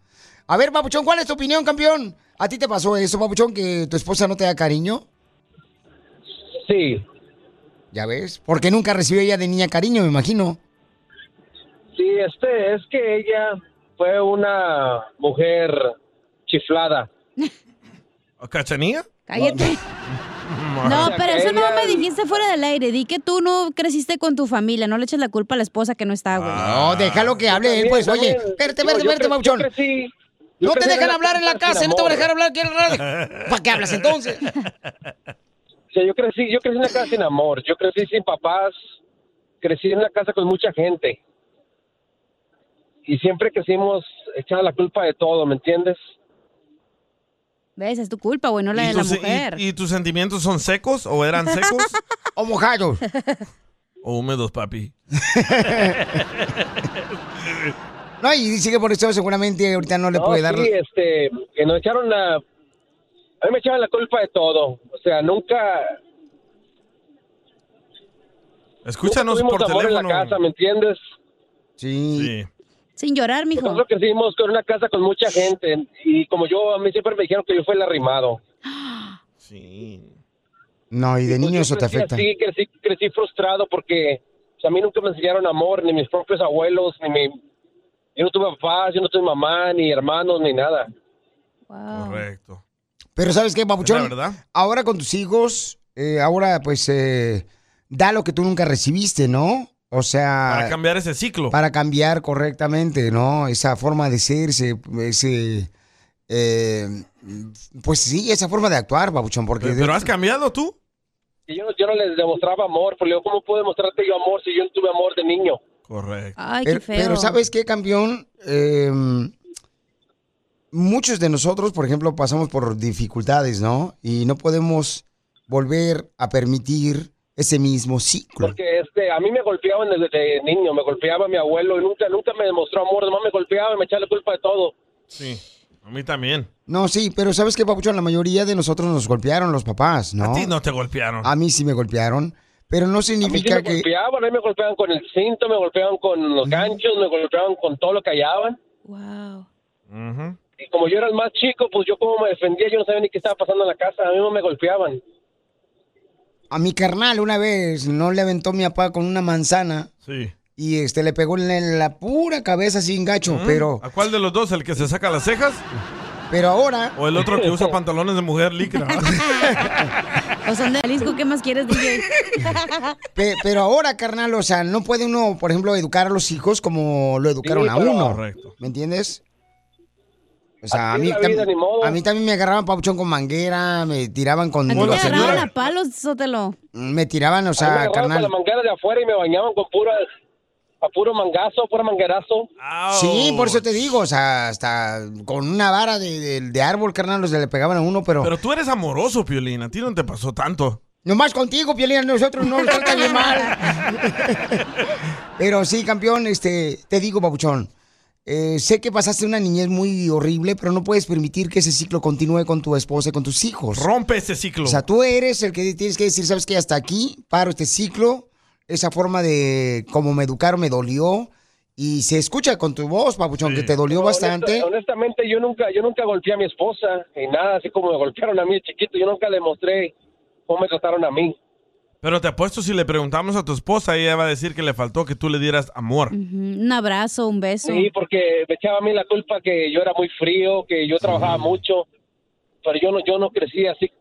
A ver, Papuchón, ¿cuál es tu opinión, campeón? ¿A ti te pasó eso, Papuchón, que tu esposa no te da cariño?
Sí.
¿Ya ves? Porque nunca recibió ella de niña cariño, me imagino.
Sí, este, es que ella fue una mujer chiflada.
¿Cachanía?
Cállate. No, pero eso no me
Ella-
dijiste fuera del aire. Di que tú no creciste con tu familia. No le eches la culpa a la esposa que no está, güey.
Ah. No, déjalo que hable él, pues, oye. Espérate, espérate, espérate, Papuchón.
yo
No te
crecí
dejan
en
hablar en la
sin
casa, no te van a
amor.
dejar hablar aquí en la radio. ¿Para qué hablas entonces?
O sea, yo crecí, yo crecí en una casa sin amor, yo crecí sin papás, crecí en una casa con mucha gente. Y siempre crecimos echando la culpa de todo, ¿me entiendes?
¿Ves? Es tu culpa, güey, no la de la
tus, y-
mujer.
y tus sentimientos son secos o eran secos?
¿O mojados?
o húmedos, papi.
No, y dice que por eso seguramente ahorita no le puede dar.
sí, este, que nos echaron la... A mí me echaban la culpa de todo. O sea, nunca...
Escúchanos
nunca
por
tuvimos amor
teléfono.
en la casa, ¿me entiendes?
Sí.
Sin llorar, mijo.
Nosotros crecimos con una casa con mucha gente. Y como yo, a mí siempre me dijeron que yo fui el arrimado.
No, y de niño eso te
crecí
afecta.
así, crecí, crecí frustrado porque o sea, a mí nunca me enseñaron amor, ni mis propios abuelos, ni mi... Yo no tuve papás, yo no tuve mamá, ni hermanos, ni nada.
Correcto.
Pero ¿sabes qué,
Es
Papuchón?
la verdad.
Ahora con tus hijos, eh, ahora pues eh, da lo que tú nunca recibiste, ¿no? O sea.
Para cambiar ese ciclo.
Para cambiar correctamente, ¿no? Esa forma de ser, ese. ese, eh, pues sí, esa forma de actuar, Papuchón, porque.
Pero- pero has
cambiado tú?
Y yo, yo no les demostraba amor, porque yo, ¿cómo puedo demostrarte yo amor si yo no tuve amor de niño?
Correcto.
Ay,
pero, pero ¿sabes qué, campeón? Eh, muchos de nosotros, por ejemplo, pasamos por dificultades, ¿no? Y no podemos volver a permitir ese mismo ciclo.
Porque este, a mí me golpeaban desde de niño, me golpeaba mi abuelo y nunca, nunca me demostró amor, nomás me golpeaba y me echaba la culpa de todo.
Sí, a mí también.
No, sí, pero ¿sabes qué, Papuchón? La mayoría de nosotros nos golpearon los papás, ¿no?
A ti no te golpearon.
A mí sí me golpearon, pero no
A mí sí
significa
me
que... Mm.
golpeaban, a mí me golpeaban con el cinto, me golpeaban con los ganchos, me golpeaban con todo lo que hallaban. Y como yo era el más chico, pues yo como me defendía, yo no sabía ni qué estaba pasando en la casa, a mí no me golpeaban.
A mi carnal una vez no le aventó mi papá con una manzana
Sí.
y este le pegó en la pura cabeza sin gacho,
¿Mm?
pero...
¿A cuál de los dos? ¿El que se saca las cejas?
Pero ahora...
¿O el otro que usa pantalones de mujer licra?
O son de Jalisco, ¿qué más quieres, DJ?
Pe- pero ahora, carnal, o sea, no puede uno, por ejemplo, educar a los hijos como lo educaron
Sí,
a
pero-
uno.
Correcto.
¿Me entiendes? O sea, a
Así
mí,
es la vida,
tam-
ni modo.
a mí también me agarraban pauchón con manguera, me tiraban con...
¿A ti te
la señora-
agarraban a palos, Sótelo?
Me tiraban, o
a mí me
sea,
agarraban con
Ah, carnal.
la manguera de afuera y me bañaban con pura, a puro mangazo, puro manguerazo.
Sí, por eso te digo, o sea, hasta con una vara de, de- de árbol, carnal, los le pegaban a uno, pero...
Pero tú eres amoroso, Piolín. A ti no te pasó tanto.
Nomás contigo, Piolín, a nosotros no nos trata bien mal. Pero sí, campeón, este, te digo, Papuchón, eh, sé que pasaste una niñez muy horrible, pero no puedes permitir que ese ciclo continúe con tu esposa y con tus hijos.
Rompe ese ciclo.
O sea, tú eres el que tienes que decir, sabes que hasta aquí paro este ciclo, esa forma de cómo me educaron me dolió y se escucha con tu voz, papuchón, que te dolió
Pero honesta-
bastante.
honestamente, yo nunca, yo nunca golpeé a mi esposa y nada, así como me golpearon a mí de chiquito, yo nunca le mostré cómo me trataron a mí.
Pero te apuesto, si le preguntamos a tu esposa, ella va a decir que le faltó que tú le dieras amor.
Un abrazo, un beso.
Sí, porque me echaba a mí la culpa que yo era muy frío, que yo trabajaba mucho, pero yo no, yo no crecí así.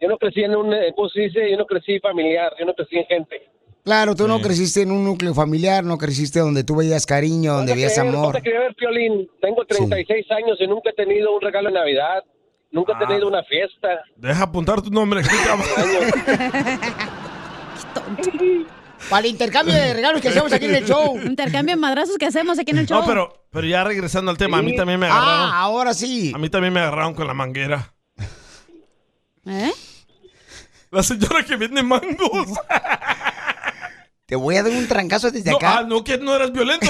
Yo no crecí en un, eh, ¿cómo se dice? Yo no crecí familiar, yo no crecí en gente.
Claro, tú no creciste en un núcleo familiar, no creciste donde tú veías cariño, donde veías
Creer, no
amor.
te creer, Piolín. Tengo 36 años y nunca he tenido un regalo de Navidad, nunca
Ah.
he tenido una fiesta.
Deja apuntar tu nombre. aquí, cabrón.
Para el intercambio de regalos que hacemos aquí en el show.
Intercambio de madrazos que hacemos aquí en el show.
No, pero, pero ya regresando al tema, a mí
Sí.
también me
Ah,
agarraron.
ahora sí.
A mí también me agarraron con la manguera.
¿Eh?
La señora que vende mangos.
Te voy a dar un trancazo desde
No,
acá.
ah, no, que no eras violento.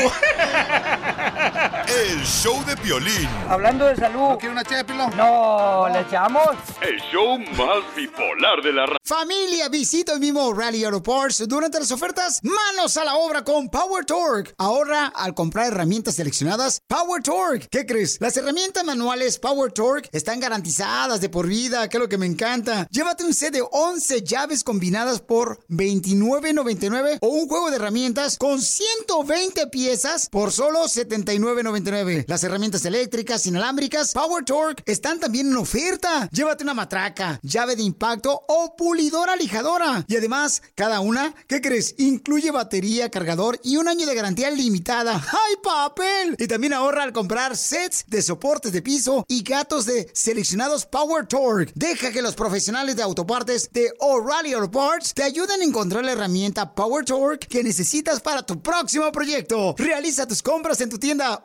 El show de Piolín.
Hablando de salud. ¿No quiere una ché de No, ¿le echamos?
El show más bipolar de la radio.
Familia, visita el mismo O'Reilly Auto Parts durante las ofertas. Manos a la obra con Power Torque. Ahora, al comprar herramientas seleccionadas, Power Torque. ¿Qué crees? Las herramientas manuales Power Torque están garantizadas de por vida, que es lo que me encanta. Llévate un set de 11 llaves combinadas por $29.99 o un juego de herramientas con 120 piezas por solo $79.99. Las herramientas eléctricas, inalámbricas, Power Torque están también en oferta. Llévate una matraca, llave de impacto o pulidora lijadora. Y además, cada una, ¿qué crees? Incluye batería, cargador y un año de garantía limitada. ¡Ay, papel! Y también ahorra al comprar sets de soportes de piso y gatos de seleccionados Power Torque. Deja que los profesionales de autopartes de O'Reilly Auto Parts te ayuden a encontrar la herramienta Power Torque que necesitas para tu próximo proyecto. Realiza tus compras en tu tienda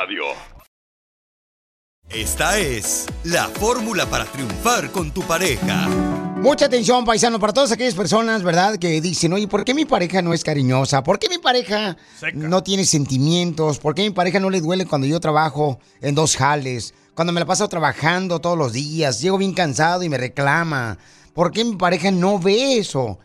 Radio.
Esta es la fórmula para triunfar con tu pareja.
Mucha atención, paisano, para todas aquellas personas, ¿verdad? Que dicen, oye, ¿por qué mi pareja no es cariñosa? ¿Por qué mi pareja no tiene sentimientos? ¿Por qué mi pareja no le duele cuando yo trabajo en dos jales? Cuando me la paso trabajando todos los días, llego bien cansado y me reclama. ¿Por qué mi pareja no ve eso?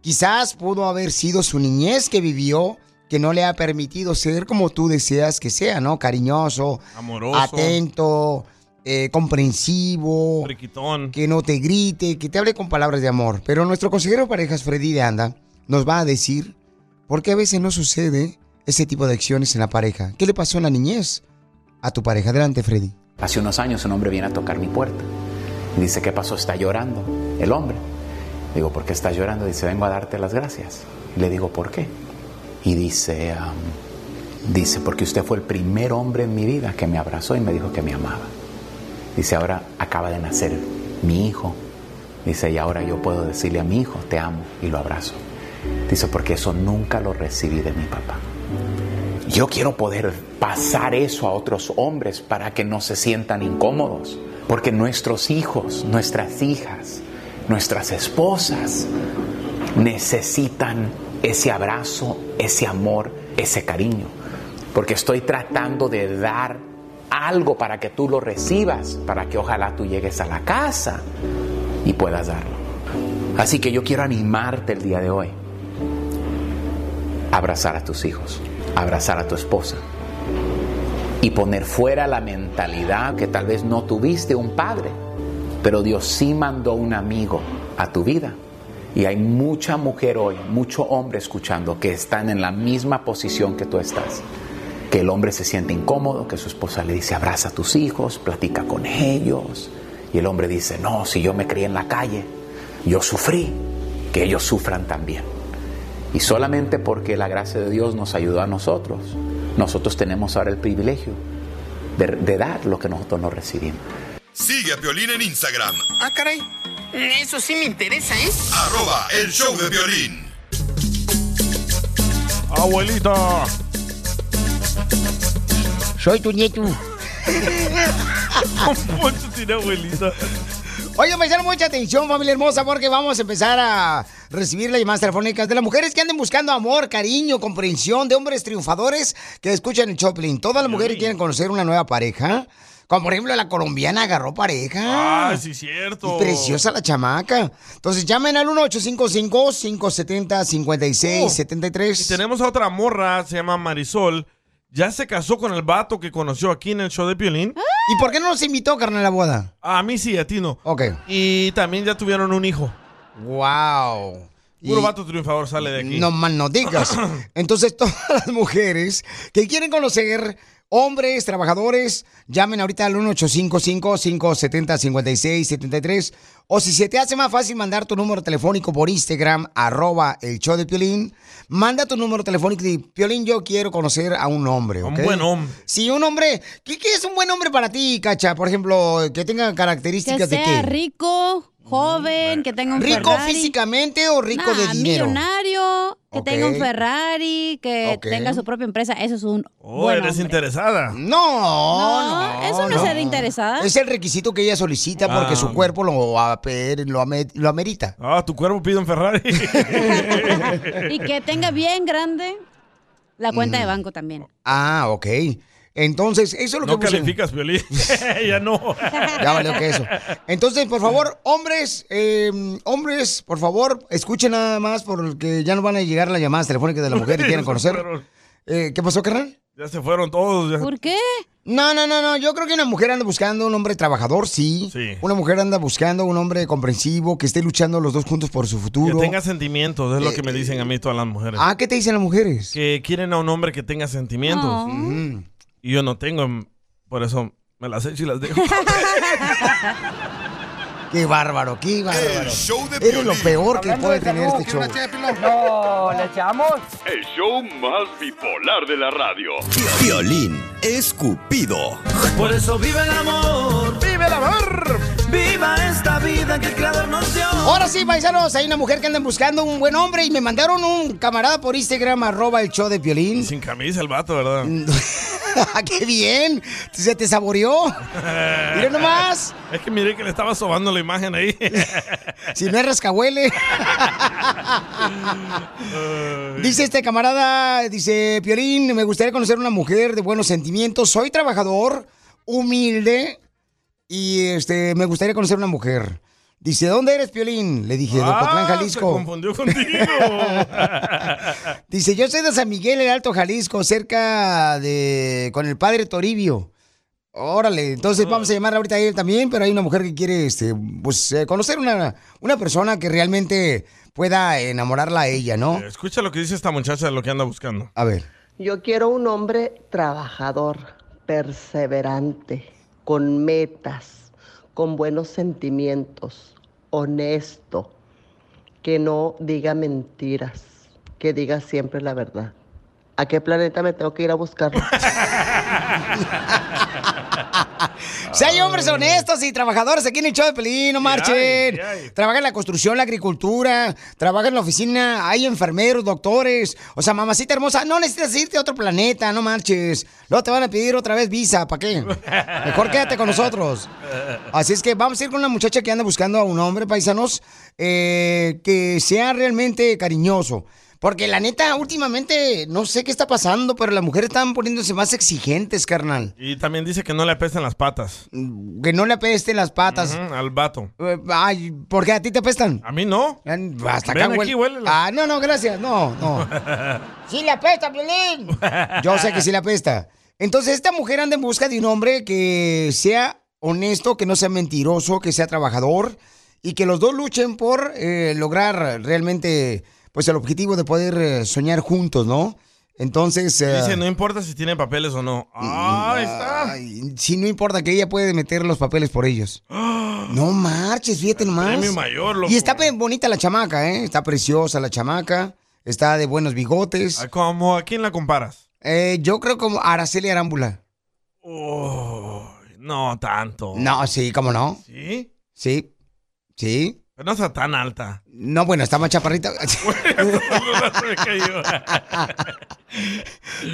Quizás pudo haber sido su niñez que vivió que no le ha permitido ser como tú deseas que sea, ¿no? Cariñoso,
Amoroso.
atento, eh, comprensivo, que no te grite, que te hable con palabras de amor. Pero nuestro consejero de parejas, Freddy de Anda, nos va a decir por qué a veces no sucede ese tipo de acciones en la pareja. ¿Qué le pasó en la niñez a tu pareja? Adelante, Freddy.
Hace unos años un hombre viene a tocar mi puerta. Y Dice, ¿qué pasó? Está llorando el hombre. Digo, ¿por qué está llorando? Dice, vengo a darte las gracias. Y le digo, ¿por qué? Y dice, am, dice, porque usted fue el primer hombre en mi vida que me abrazó y me dijo que me amaba. Dice, ahora acaba de nacer mi hijo. Dice, y ahora yo puedo decirle a mi hijo, te amo, y lo abrazo. Dice, porque eso nunca lo recibí de mi papá. Yo quiero poder pasar eso a otros hombres para que no se sientan incómodos, porque nuestros hijos, nuestras hijas, nuestras esposas necesitan ese abrazo, ese amor, ese cariño, porque estoy tratando de dar algo para que tú lo recibas, para que ojalá tú llegues a la casa y puedas darlo. Así que yo quiero animarte el día de hoy abrazar a tus hijos, abrazar a tu esposa y poner fuera la mentalidad que tal vez no tuviste un padre, pero Dios sí mandó un amigo a tu vida. Y hay mucha mujer hoy, mucho hombre escuchando que están en la misma posición que tú estás. Que el hombre se siente incómodo, que su esposa le dice abraza a tus hijos, platica con ellos. Y el hombre dice, no, si yo me crié en la calle, yo sufrí, que ellos sufran también. Y solamente porque la gracia de Dios nos ayudó a nosotros, nosotros tenemos ahora el privilegio
de, de dar lo que nosotros no recibimos.
Sigue a Piolín en Instagram,
Ah, caray. Eso sí me interesa, ¿eh?
arroba el show de violín.
Abuelita.
Soy tu nieto.
Poncho tiene abuelita.
Oye, me mucha atención, familia hermosa, porque vamos a empezar a recibir las llamadas telefónicas de las mujeres que anden buscando amor, cariño, comprensión, de hombres triunfadores que escuchan el Choplin. Todas las mujeres quieren conocer una nueva pareja. Como por ejemplo la colombiana agarró pareja.
Ah, sí,
Y
cierto.
preciosa la chamaca. Entonces llamen al
Oh.
1855-570-5673.
Y tenemos a otra morra, se llama Marisol. Ya se casó con el vato que conoció aquí en el show de Piolín.
¿Y por qué no nos invitó, carnal, a la boda?
A mí sí, a ti no.
Ok.
Y también ya tuvieron un hijo.
¡Wow!
Puro
Y-
vato triunfador sale de aquí.
No más no digas. Entonces, todas las mujeres que quieren conocer hombres, trabajadores, llamen ahorita al 1855-570-5673. O si se te hace más fácil mandar tu número telefónico por Instagram, arroba el show de Piolín, manda tu número telefónico y Piolín, yo quiero conocer a un hombre,
Un
¿ok?
buen hombre.
Sí, un hombre. ¿Qué, qué es un buen hombre para ti, Cacha? Por ejemplo, que tenga
Que
características
sea
de qué.
rico, joven, que tenga un
¿Rico
Ferrari.
físicamente o rico de
Nah,
dinero?
millonario, que
Ok.
tenga un Ferrari, que
Ok.
tenga su propia empresa. Eso es un
Oh,
buen
eres
hombre.
interesada.
No,
No, eso no es ser interesada.
Es el requisito que ella solicita porque
Ah.
su cuerpo lo, ape- lo, ame- lo amerita.
Ah, tu cuerpo pide un Ferrari.
Y que tenga bien grande la cuenta de banco también.
Ah, ok. Entonces, eso es lo
no
que buscan.
calificas, Piolín. ya no.
Ya valió que eso. Entonces, por favor, hombres, eh, hombres, por favor, escuchen nada más porque ya no van a llegar las llamadas telefónicas de las mujeres que quieren conocer. Eh, ¿Qué pasó, carnal?
Ya se fueron todos. ya.
qué?
No, no, no, no. Yo creo que una mujer anda buscando un hombre trabajador, sí. Una mujer anda buscando un hombre comprensivo, que esté luchando los dos juntos por su
Que
futuro.
tenga sentimientos, es lo que me dicen a mí todas las mujeres.
eh, Ah, ¿qué te dicen las mujeres?
Que quieren a un hombre que tenga sentimientos.
Oh. Ujú.
Y yo no tengo, em, por eso me las echo y las dejo.
Qué bárbaro, qué bárbaro.
show de
Eres lo peor que
Hablando
puede
de
tener
salud,
este show.
¿quiere una ché de pilón? No, ¿le echamos?
El show más bipolar de la radio.
Violín escupido.
Por eso vive el amor.
¡Vive el amor!
¡Viva esta vida que el creador nos dio!
Ahora sí, paisanos, hay una mujer que anda buscando un buen hombre y me mandaron un camarada por Instagram, arroba el show de Piolín.
Sin camisa el vato, ¿verdad?
Mm, ¡Qué bien! Se te saboreó. Mira nomás.
Es que miré que le estaba sobando la imagen ahí.
Si no es rascahuele. Dice este camarada, dice, Piolín, me gustaría conocer una mujer de buenos sentimientos. Soy trabajador, humilde y este me gustaría conocer una mujer. Dice, ¿dónde eres, Piolín? Le dije, de Ocotlán,
Ah, Se
Jalisco.
confundió contigo.
Dice, yo soy de San Miguel, el Alto Jalisco, cerca de... con el padre Toribio. Órale, entonces vamos a llamar ahorita a él también, pero hay una mujer que quiere este, pues, eh, conocer una, una persona que realmente pueda enamorarla a ella, ¿no?
Escucha lo que dice esta muchacha de lo que anda buscando.
A ver.
Yo quiero un hombre trabajador, perseverante, con metas, con buenos sentimientos, honesto, que no diga mentiras, que diga siempre la verdad. ¿A qué planeta me tengo que ir a buscarlo?
Si hay hombres honestos y trabajadores aquí en el show de Pelín, no marchen.
hay, sí
Trabajan en la construcción, la agricultura, trabajan en la oficina, hay enfermeros, doctores. O sea, mamacita hermosa, no necesitas irte a otro planeta, no marches. Luego te van a pedir otra vez visa, ¿para qué? Mejor quédate con nosotros. Así es que vamos a ir con una muchacha que anda buscando a un hombre, paisanos, eh, que sea realmente cariñoso. Porque la neta, últimamente, no sé qué está pasando, pero las mujeres están poniéndose más exigentes, carnal.
Y también dice que no le apestan las patas.
Mm, Que no le apesten las patas.
Ujú, al vato.
Eh, Ay, ¿por qué a ti te apestan?
A mí no.
Hasta acá
Ven aquí,
Ah, no, no, gracias. No, no. ¡Sí le apesta, Piolín! Yo sé que sí le apesta. Entonces, esta mujer anda en busca de un hombre que sea honesto, que no sea mentiroso, que sea trabajador y que los dos luchen por eh, lograr realmente pues el objetivo de poder eh, soñar juntos, ¿no? Entonces, eh,
Dice, no importa si tiene papeles o no. Ah, ahí está.
sí, no importa que ella puede meter los papeles por ellos. No marches, fíjate nomás.
premio mayor, loco.
Y está pe- bonita la chamaca, ¿eh? Está preciosa la chamaca. Está de buenos bigotes. Eh,
¿Cómo? ¿A quién la comparas?
yo creo como Araceli Arámbula.
No, tanto.
No, sí, ¿cómo no?
¿Sí?
Sí, sí.
Pero no está tan alta.
No, bueno, está más chaparrita.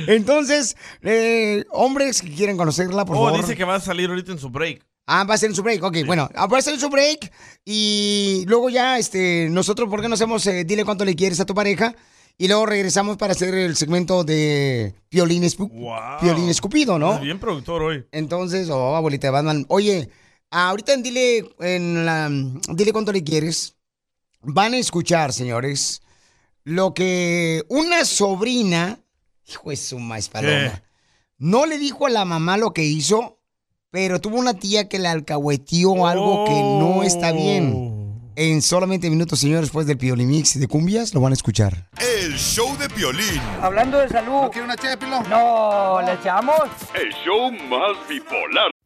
Entonces, eh, hombres que quieren conocerla, por
oh,
favor.
dice que va a salir ahorita en su break.
Ah, va a ser en su break, ok, bueno, ah, va a ser en su break y luego ya, este, nosotros, ¿por qué no hacemos, eh, dile cuánto le quieres a tu pareja? Y luego regresamos para hacer el segmento de Piolín, Espu- Piolín Escupido, ¿no?
Es bien productor hoy.
Entonces, oh, abuelita de Batman, oye, ahorita en dile, en la, dile cuánto le quieres, van a escuchar, señores, lo que una sobrina, hijo de su maíz paloma, no le dijo a la mamá lo que hizo, pero tuvo una tía que le alcahueteó algo que no está bien. En solamente minutos, señores, después del Piolimix de cumbias, lo van a escuchar.
El show de Piolín.
Hablando de salud. ¿No quiere una ché de pilón? No, ¿le echamos?
El show más bipolar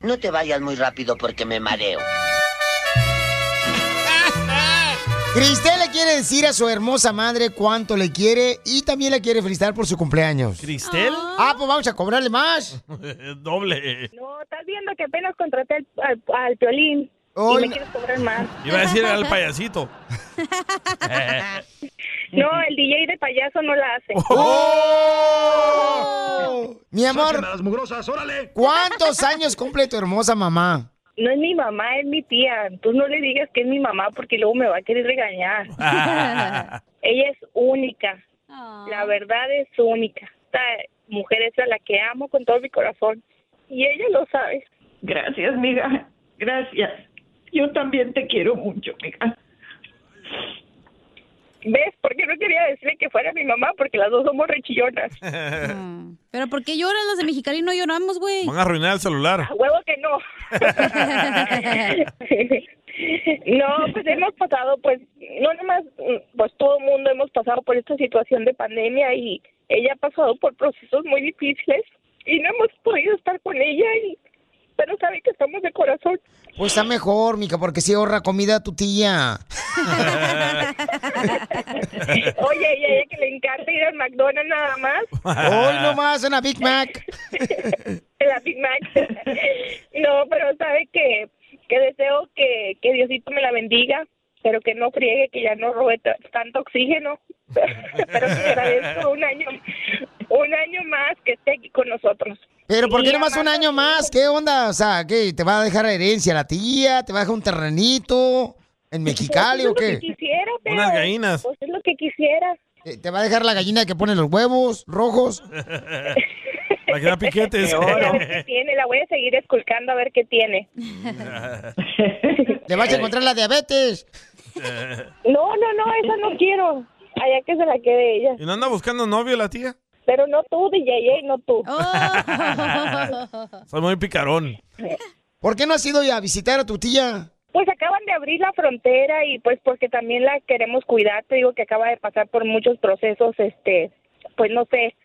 No te vayas muy rápido porque me mareo.
Cristel le quiere decir a su hermosa madre cuánto le quiere y también la quiere felicitar por su cumpleaños.
¿Cristel?
Ah, pues vamos a cobrarle más.
Doble.
No, Ah, estás viendo que apenas contraté al, al, al Piolín.
Hoy
Oh,
y me
no.
quieres cobrar más.
Iba a decir al payasito.
No, el DJ de payaso no la hace.
Oh. Mi amor, ¿cuántos años cumple tu hermosa mamá?
No es mi mamá, es mi tía. Tú no le digas que es mi mamá porque luego me va a querer regañar. Ella es única. La verdad es única. Esta mujer es a la que amo con todo mi corazón. Y ella lo sabe.
Gracias, amiga. Gracias. Yo también te quiero mucho, amiga.
¿Ves? Porque no quería decirle que fuera mi mamá porque las dos somos rechillonas.
Pero ¿por qué lloran las de Mexicali? No lloramos, güey.
Van a arruinar el celular.
huevo que no. no, pues hemos pasado, pues, no nomás, mm, pues todo el mundo hemos pasado por esta situación de pandemia y ella ha pasado por procesos muy difíciles y no hemos podido estar con ella, y, pero sabe que estamos de corazón.
Pues está mejor, mica, porque si ahorra comida a tu tía.
Oye, y a ella que le encanta ir al McDonald's nada más.
Hoy nomás una Big Mac.
la Big Mac. no, pero sabe que, que deseo que, que Diosito me la bendiga, pero que no friegue, que ya no robe t- tanto oxígeno. pero te agradezco un año, un año más que esté aquí con nosotros.
Pero ¿por qué
Y
nomás un
amado-
año más? ¿Qué onda? O sea, ¿qué? ¿Te va a dejar herencia la tía? ¿Te va a dejar un terrenito en Mexicali
Pues
o
es
qué?
Lo que quisiera, pero,
Unas gallinas.
Pues es lo que quisiera.
Eh, ¿Te va a dejar la gallina que pone los huevos rojos?
La que da piquetes.
A ver
Eh.
qué tiene, la voy a seguir esculcando a ver qué tiene.
Le vas a encontrar la diabetes.
No, no, no, esa no quiero. Allá que se la quede ella.
¿Y no anda buscando novio la tía?
Pero no tú, DJ, eh, no tú.
Oh.
Soy muy picarón.
¿Por qué no has ido ya a visitar a tu tía?
Pues acaban de abrir la frontera y pues porque también la queremos cuidar, te digo que acaba de pasar por muchos procesos, este, pues no sé,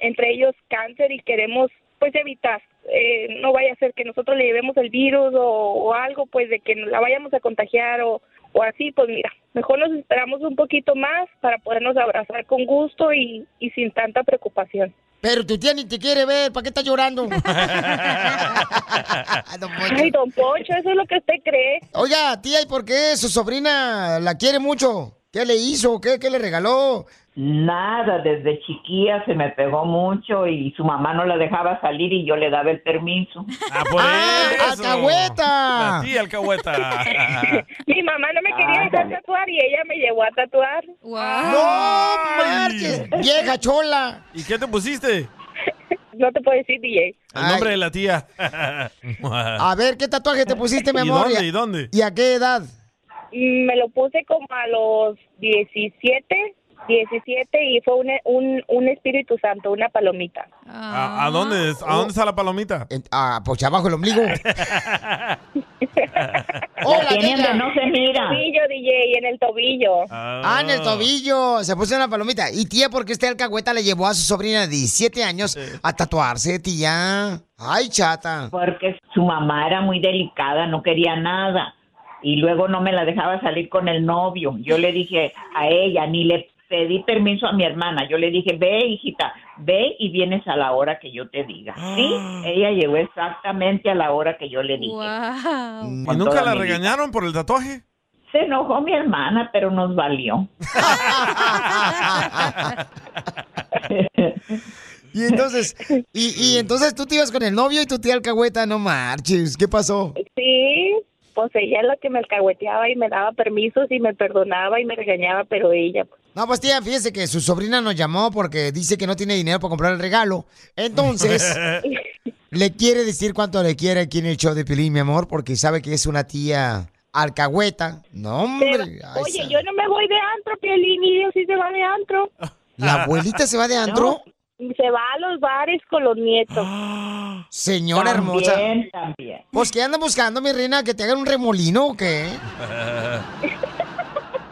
entre ellos cáncer y queremos pues evitar, eh, no vaya a ser que nosotros le llevemos el virus o, o algo pues de que la vayamos a contagiar o, o así, pues mira, mejor nos esperamos un poquito más para podernos abrazar con gusto y, y sin tanta preocupación.
Pero tu tía ni te quiere ver, ¿para qué estás llorando?
Ah,
Ay, don Poncho, eso es lo que usted cree.
Oiga, tía, ¿y por qué su sobrina la quiere mucho? ¿Qué le hizo? ¿Qué, qué le regaló?
Nada, desde chiquilla se me pegó mucho y su mamá no la dejaba salir y yo le daba el permiso.
¡Ah, por eso!
¡Alcahueta!
Sí, alcahueta.
Mi mamá no me quería dejar tatuar y ella me llevó a tatuar. Ah.
¡No marches! ¡Vieja chola!
¿Y qué te pusiste?
No te puedo decir, DJ.
El nombre de la tía.
A ver, ¿qué tatuaje te pusiste, mi
¿Y
Ah, amor?
dónde, y dónde?
¿Y a qué edad?
Mm, Me lo puse como a los 17, 17 y fue un, un, un Espíritu Santo, una palomita.
¿A, a dónde, es- ¿A dónde está la palomita?
Oh. Ah, pues abajo el ombligo.
Hola,
tienen
Kika.
de no se mira.
En el tobillo, DJ, en el tobillo.
Ah, en el tobillo. Se puso una palomita. Y tía, porque este alcahueta le llevó a su sobrina de 17 años a tatuarse, tía? Ay, chata.
Porque su mamá era muy delicada, no quería nada. Y luego no me la dejaba salir con el novio. Yo le dije a ella, ni le pedí permiso a mi hermana. Yo le dije, ve, hijita, ve y vienes a la hora que yo te diga. Sí,
Ah.
ella llegó exactamente a la hora que yo le dije.
¿Y
Con
nunca
toda
la
mi vida.
regañaron por el tatuaje?
Se enojó mi hermana, pero nos valió.
Y entonces, y, y entonces tú te ibas con el novio y tu tía alcahueta, no marches. ¿Qué pasó?
Sí, pues ella es la que me alcahueteaba y me daba permisos y me perdonaba y me regañaba, pero ella... pues,
No, pues tía, fíjese que su sobrina nos llamó porque dice que no tiene dinero para comprar el regalo. Entonces, le quiere decir cuánto le quiere aquí en el show de Pilín, mi amor, porque sabe que es una tía alcahueta. No, hombre. ay,
Oye, yo no me voy de antro, Piolín, y ellos sí se van de antro.
¿La abuelita se va de antro?
No, se va a los bares con los nietos.
Señora hermosa.
También,
Pues que anda buscando, mi reina, que te hagan un remolino o qué.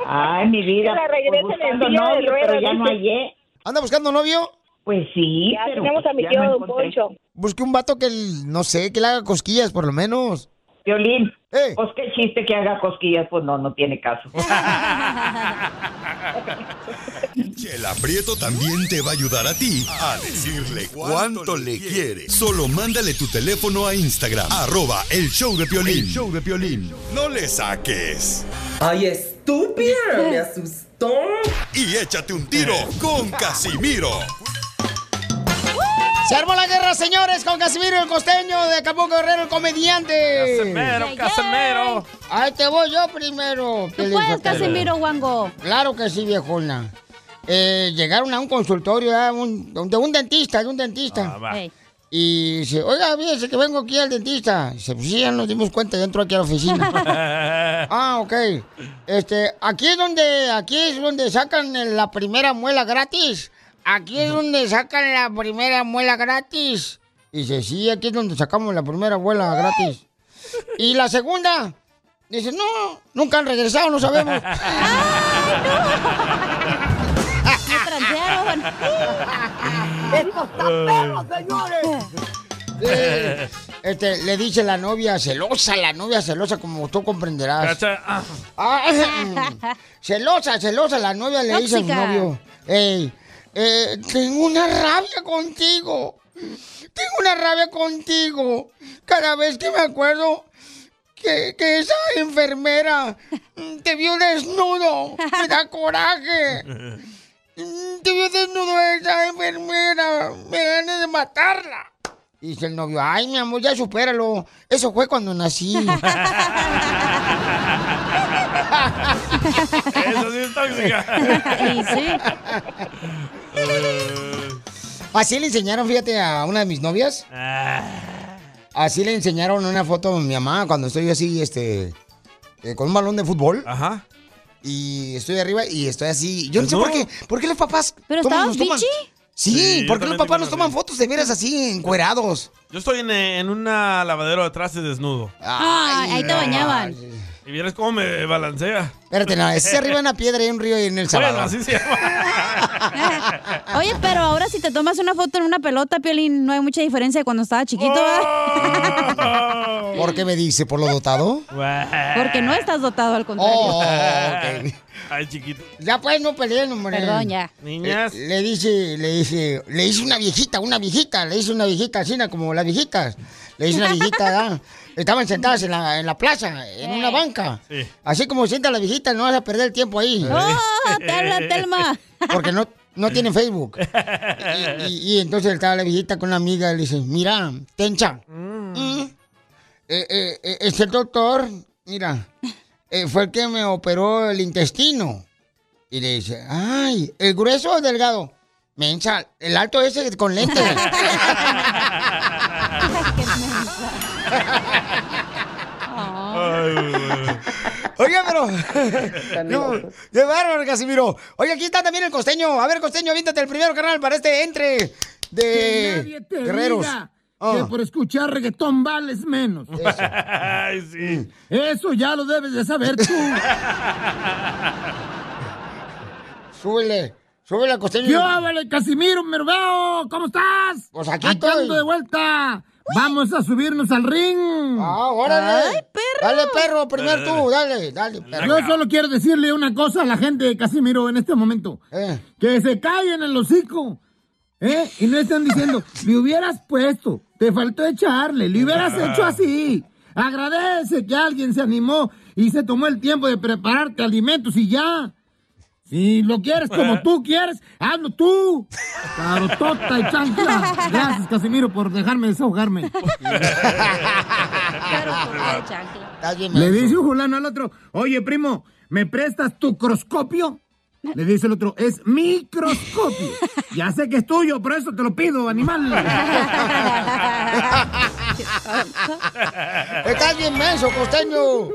Ay, mi vida.
Que la regresen
pues,
en
buscando
silla de
novio, pero
ruedas,
ya no
dice.
hallé.
¿Anda buscando novio?
Pues sí, pues
Ya pero tenemos a mi ya tío no Don encontré. Poncho.
Busque un vato que, l- no sé, que le haga cosquillas, por lo menos. Eh.
Violín, pues qué chiste que haga cosquillas, pues no, no tiene caso.
El aprieto también te va a ayudar a ti a decirle cuánto le quiere. Solo mándale tu teléfono a Instagram, arroba el show de Piolín.
El
show de Piolín. No le saques.
Ay, estúpida, me asustó.
Y échate un tiro con Casimiro.
Se armó la guerra, señores, con Casimiro el costeño de Acapulco Guerrero, el comediante.
Casimiro, Yeah, yeah. Casimiro.
Ahí te voy yo primero.
Tú puedes,
Pelizotelo.
Casimiro Wango.
Claro que sí, viejona. Eh, llegaron a un consultorio a un- de un dentista, de un
Ah,
dentista. Y dice, oiga, fíjese que vengo aquí al dentista. Dice, pues sí, ya nos dimos cuenta, ya entró aquí a la oficina. ah, ok. Este, aquí es donde, aquí es donde sacan el- la primera muela gratis. Aquí es donde sacan la primera muela gratis. Dice, sí, aquí es donde sacamos la primera muela gratis. Y la segunda, dice, no, nunca han regresado, no sabemos.
¡Estos taperos, señores!
Sí. Este, le dice la novia celosa, la novia celosa, como tú comprenderás.
Cacha- ah.
Ah, celosa, celosa, la novia le dice a su
Tóxica.
novio. "Ey, eh, tengo una rabia contigo. Tengo una rabia contigo. Cada vez que me acuerdo que, que esa enfermera mm, te vio desnudo, me da coraje. Mm, Te vio desnudo esa enfermera, me dan ganas de matarla. Y dice el novio, ay, mi amor, ya supéralo. Eso fue cuando nací.
Eso sí es tóxica.
Y sí.
Así le enseñaron, fíjate, a una de mis novias.
Ah.
Así le enseñaron una foto a mi mamá cuando estoy así, este, eh, con un balón de fútbol. Ajá. Y estoy arriba y estoy así. Yo no
Pues
sé por qué. ¿Por qué los papás
¿Pero
toman- nos
estabas
toman-
bichi?
Sí,
Sí, yo
porque los
también
papás
tengo
nos
una
toman fotos de veras así, encuerados.
Yo estoy en, eh, en una lavadero de trastes desnudo.
Ah, ahí te bañaban.
Y vieras cómo me balancea.
Espérate, no, ese es arriba de una piedra y un río y en el
Bueno,
Salvador.
así se llama.
Oye, pero ahora si te tomas una foto en una pelota, Piolín, no hay mucha diferencia de cuando estaba chiquito, ¿verdad?
¿Por qué me dice? ¿Por lo dotado?
Porque no estás dotado, al contrario.
Oh, ok.
Ay, chiquito.
Ya pues, no peleen, hombre.
Perdón, ya.
Niñas.
Eh, Le, le dice, le dice, le dice una viejita, una viejita, le dice una viejita, así como las viejitas. Le dice una viejita, ¿verdad? Estaban sentadas en la, en la plaza, en una banca.
Sí.
Así como sienta la viejita, no vas a perder el tiempo ahí.
¡Oh, te habla Telma!
Porque no, no tienen Facebook. Y, y entonces estaba la viejita con una amiga y le dice, mira, Tencha, mm, eh, eh, eh, ese doctor, mira, eh, fue el que me operó el intestino. Y le dice, ay, ¿el grueso o el delgado? Mencha, el alto ese con lente. Oye, pero... No, qué bárbaro, Casimiro. Oye, aquí está también el costeño. A ver, costeño, aviéntate el primero, canal para este entre
Que
de
nadie te
Eh, guerreros.
diga que
Ah.
por escuchar reggaetón vales menos. Eso ya lo debes de saber tú.
súbele, súbele al costeño.
Yo, vale, Casimiro, me veo. ¿Cómo estás?
Pues aquí
Acá
estoy.
ando de vuelta. Vamos a subirnos al ring.
Ah, órale.
Ay,
perro. Dale, perro, primero tú. Dale, dale, perro.
Yo solo quiero decirle una cosa a la gente de Casimiro en este momento. Que se callen el hocico. ¿eh? Y no están diciendo, le hubieras puesto, te faltó echarle, le hubieras
Ah.
hecho así. Agradece que alguien se animó y se tomó el tiempo de prepararte alimentos y ya. Si lo quieres como tú quieres, hazlo tú. Carotota y chancla. Gracias, Casimiro, por dejarme desahogarme. Le dice un fulano al otro, oye, primo, ¿me prestas tu croscopio? Le dice el otro, es microscopio. Ya sé que es tuyo, por eso te lo pido, animal.
Estás bien menso, costeño.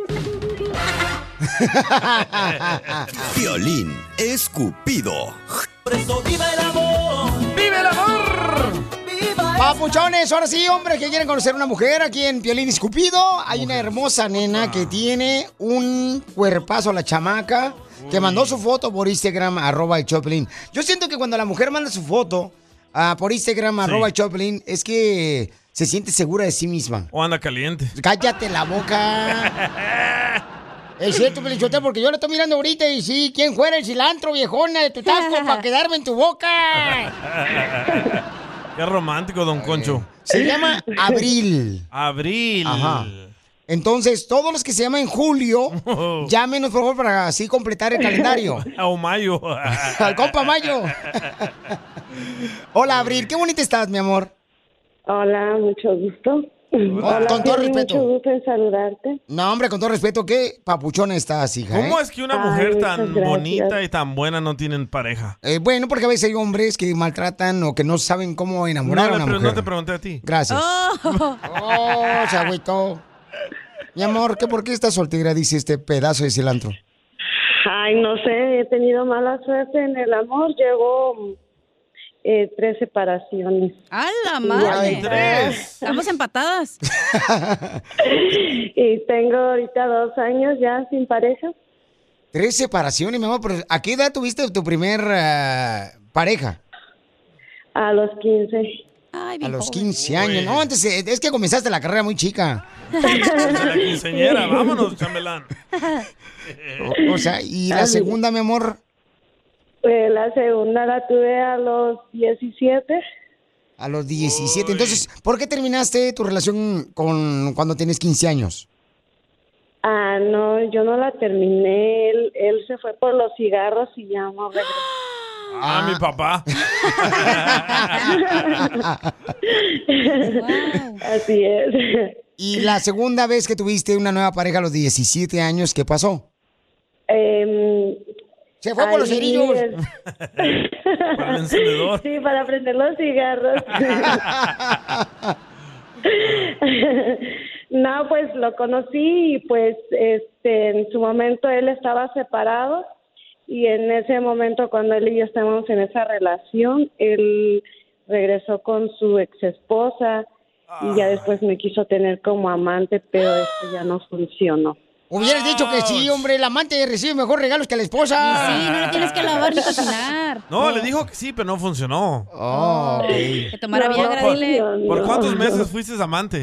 Violín escupido.
¡Viva el amor! ¡Viva el amor!
Papuchones, ahora sí, hombres que quieren conocer una mujer aquí en Piolín Escupido. Hay una hermosa nena que tiene un cuerpazo a la chamaca que mandó su foto por Instagram, arroba el Choplin. Yo siento que cuando la mujer manda su foto ah, por Instagram, arroba el Choplin, es que se siente segura de sí misma.
O anda caliente.
Cállate la boca. Es cierto, Pelichotel, porque yo lo estoy mirando ahorita y sí, ¿quién fuera el cilantro, viejona, de tu taco para quedarme en tu boca?
Qué romántico, don Concho.
Se llama Abril.
Abril.
Ajá. Entonces, todos los que se llaman Julio, llámenos por favor para así completar el calendario.
O mayo.
Al compa Mayo. Hola, Abril, qué bonita estás, mi amor.
Hola, mucho gusto. Hola,
con todo
Piolín,
respeto.
Mucho gusto en saludarte.
No, hombre, con todo respeto, qué papuchona estás, hija.
¿Cómo
eh?
es que una mujer tan
gracias.
bonita y tan buena no tienen pareja?
Eh, bueno, porque a veces hay hombres que maltratan o que no saben cómo enamorar
No,
a
le
una
pre-
mujer.
no te pregunté a ti.
Gracias.
Oh.
Oh, se agüitó. Mi amor, ¿qué, ¿por qué estás soltera? Dice este pedazo de cilantro.
Ay, no sé, he tenido mala suerte en el amor. Llevo mm, eh, tres separaciones.
¡A la
Ay,
madre!
tres.
Estamos empatadas.
Y tengo ahorita dos años ya sin pareja.
Tres separaciones, mi amor. pero ¿A qué edad tuviste tu primer eh, pareja?
A los 15.
a los 15 años. No, antes eh, es que comenzaste la carrera muy chica.
La quinceñera, vámonos, chambelán.
O, o sea, y la
Ay.
segunda, mi amor,
Eh, la segunda la tuve a los 17.
a los 17. Entonces, ¿por qué terminaste tu relación con cuando tienes 15 años?
Ah, no, yo no la terminé. Él, él se fue por los cigarros y ya no regresó.
Ah, mi papá.
Así es.
Y la segunda vez que tuviste una nueva pareja a los 17 años, ¿qué pasó?
Em,
Se fue por los cerillos.
para
el encendedor.
Sí, para prender los cigarros. no, pues lo conocí y pues este, en su momento él estaba separado y en ese momento cuando él y yo estábamos en esa relación, él regresó con su ex esposa y
Ah.
ya después me quiso tener como amante, pero esto ya no funcionó.
Hubieras dicho que sí, hombre, la amante recibe mejor regalos que la esposa.
Sí, no le tienes que lavar ni cocinar.
No, le dijo que sí, pero no funcionó.
Oh,
Que tomara
No,
Viagra,
por
dile.
Dios,
¿Por
no.
cuántos meses fuiste amante?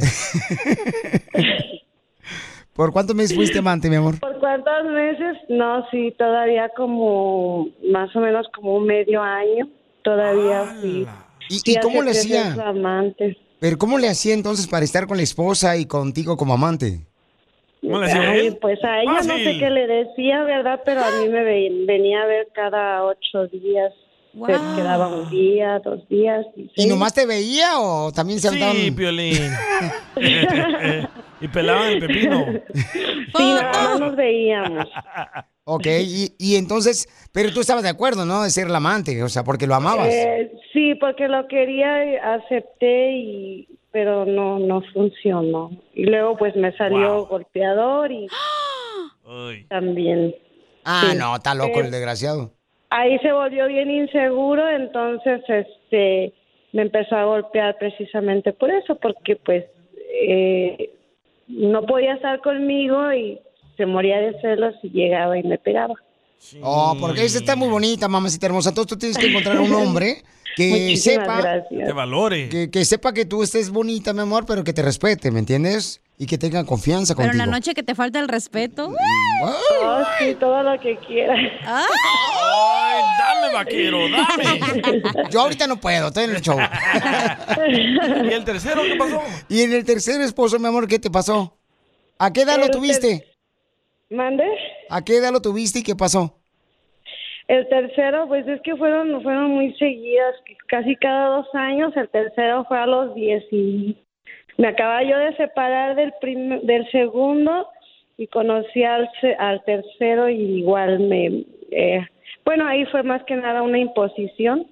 ¿Por cuántos meses fuiste amante, mi amor?
¿Por cuántos meses? No, sí, todavía como más o menos como un medio año. Todavía fui.
¿Y,
fui
y cómo le
acepté ser
hacía?
su amante.
Pero ¿cómo le hacía entonces para estar con la esposa y contigo como amante?
Ay, pues a ella no sé qué le decía, ¿verdad? Pero a mí me ve- venía a ver cada ocho días. Se
Wow.
quedaba un día, dos días.
¿Y nomás te veía o también se aventaban?
Sí, Piolín. Eh, y pelaban el pepino.
Sí, nada más Ah, nos veíamos.
Ok, y, y entonces, pero tú estabas de acuerdo, ¿no? De ser la amante, o sea, porque lo amabas.
Eh, sí, porque lo quería, y acepté, y pero no, no funcionó. Y luego pues me salió golpeador y también.
ah,
sí.
no, está loco
Eh,
el desgraciado.
ahí se volvió bien inseguro, entonces este me empezó a golpear precisamente por eso, porque pues eh, no podía estar conmigo y se moría de celos y llegaba y me pegaba.
Oh, porque esa está muy bonita, mamacita hermosa. Entonces tú tienes que encontrar un hombre que
Muchísimas
sepa...
gracias.
Te valore.
Que, que sepa que tú estés bonita, mi amor, pero que te respete, ¿me entiendes? Y que tenga confianza
Pero en
contigo. Mm.
la noche que te falta el respeto.
Oh, sí, todo lo que quieras.
¡Ay, dame, vaquero, dame!
Yo ahorita no puedo, estoy en el show.
¿Y el tercero qué pasó?
y en el tercer esposo, mi amor, ¿qué te pasó? ¿A qué edad lo
El ter-
tuviste?
¿Mande?
¿A qué edad lo tuviste y qué pasó?
El tercero, pues es que fueron, fueron muy seguidas, casi cada dos años. El tercero fue a los 10 y me acababa yo de separar del, prim- del segundo y conocí al, se- al tercero y igual me... eh, bueno, ahí fue más que nada una imposición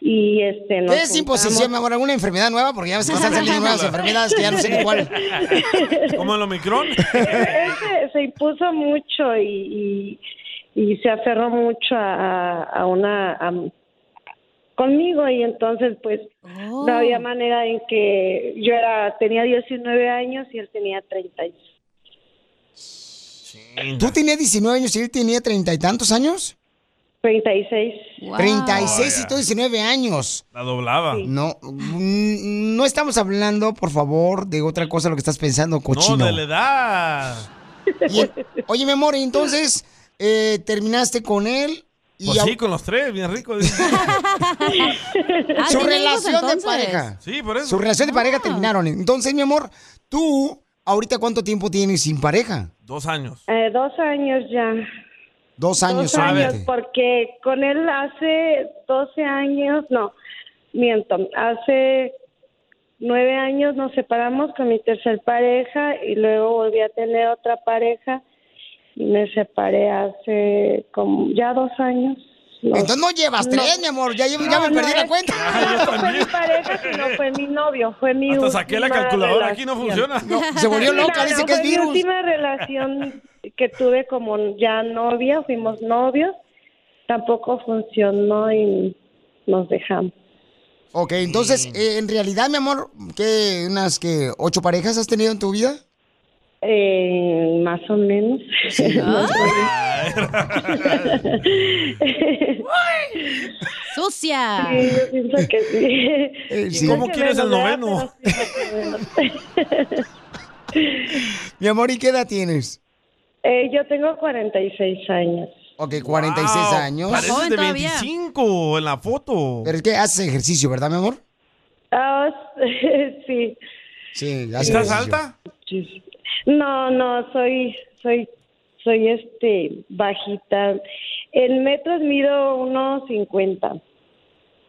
y este... nos
¿Qué es imposición, mi
juntamos-
amor? ¿Alguna enfermedad nueva? Porque ya ves que están saliendo nuevas enfermedades que ya no sé ni cuál.
¿Como el Omicron?
Ese se impuso mucho y, y, y se aferró mucho a, a- a una a- conmigo y entonces pues no había manera en que yo era tenía 19 años y él tenía 30 años.
¿Tú tenías 19 años y él tenía treinta y tantos años?
36.
36
Vaya.
y tú 19 años.
La doblaba.
No, mm, no estamos hablando, por favor, de otra cosa lo que estás pensando, cochino.
No, de la edad.
Y- oye, mi amor, y entonces eh, terminaste con él y
Pues
au-
sí, con los tres, bien rico.
Ah,
su relación de pareja.
Sí, por eso.
Su relación de pareja terminaron. Entonces, mi amor, tú, ahorita cuánto tiempo tienes sin pareja?
Dos años.
Eh, dos años ya.
Dos años
Dos años
solamente.
porque con él hace 12 años, no, miento, hace nueve años nos separamos con mi tercer pareja y luego volví a tener otra pareja y me separé hace como ya dos años.
Pues Entonces no llevas tres, mi amor, ya, llevo- ya me perdí la cuenta.
No fue mi pareja, sino fue mi novio, fue mi
Hasta saqué la
última
calculadora, aquí no
relación.
funciona. No, se volvió loca, dice que
fue
es virus.
Mi última relación que tuve como ya novia, fuimos novios, tampoco funcionó y nos dejamos.
Ok, entonces, eh, en realidad, mi amor, ¿qué, unas que ocho parejas has tenido en tu vida?
Eh, más o menos.
Sucia.
Sí, yo pienso que sí.
sí. ¿Cómo quieres el
¿verdad?
noveno?
Pero sí, más o menos.
Mi amor, ¿y qué edad tienes?
Eh, yo tengo 46 años.
Ok, 46
Wow,
años.
Ah, Pareces de 25 en la foto.
Pero es que haces ejercicio, ¿verdad, mi amor?
Ah, sí.
Sí, haces
¿Estás
ejercicio.
alta?
No, no, soy, soy, soy este, bajita. En metros mido unos 50.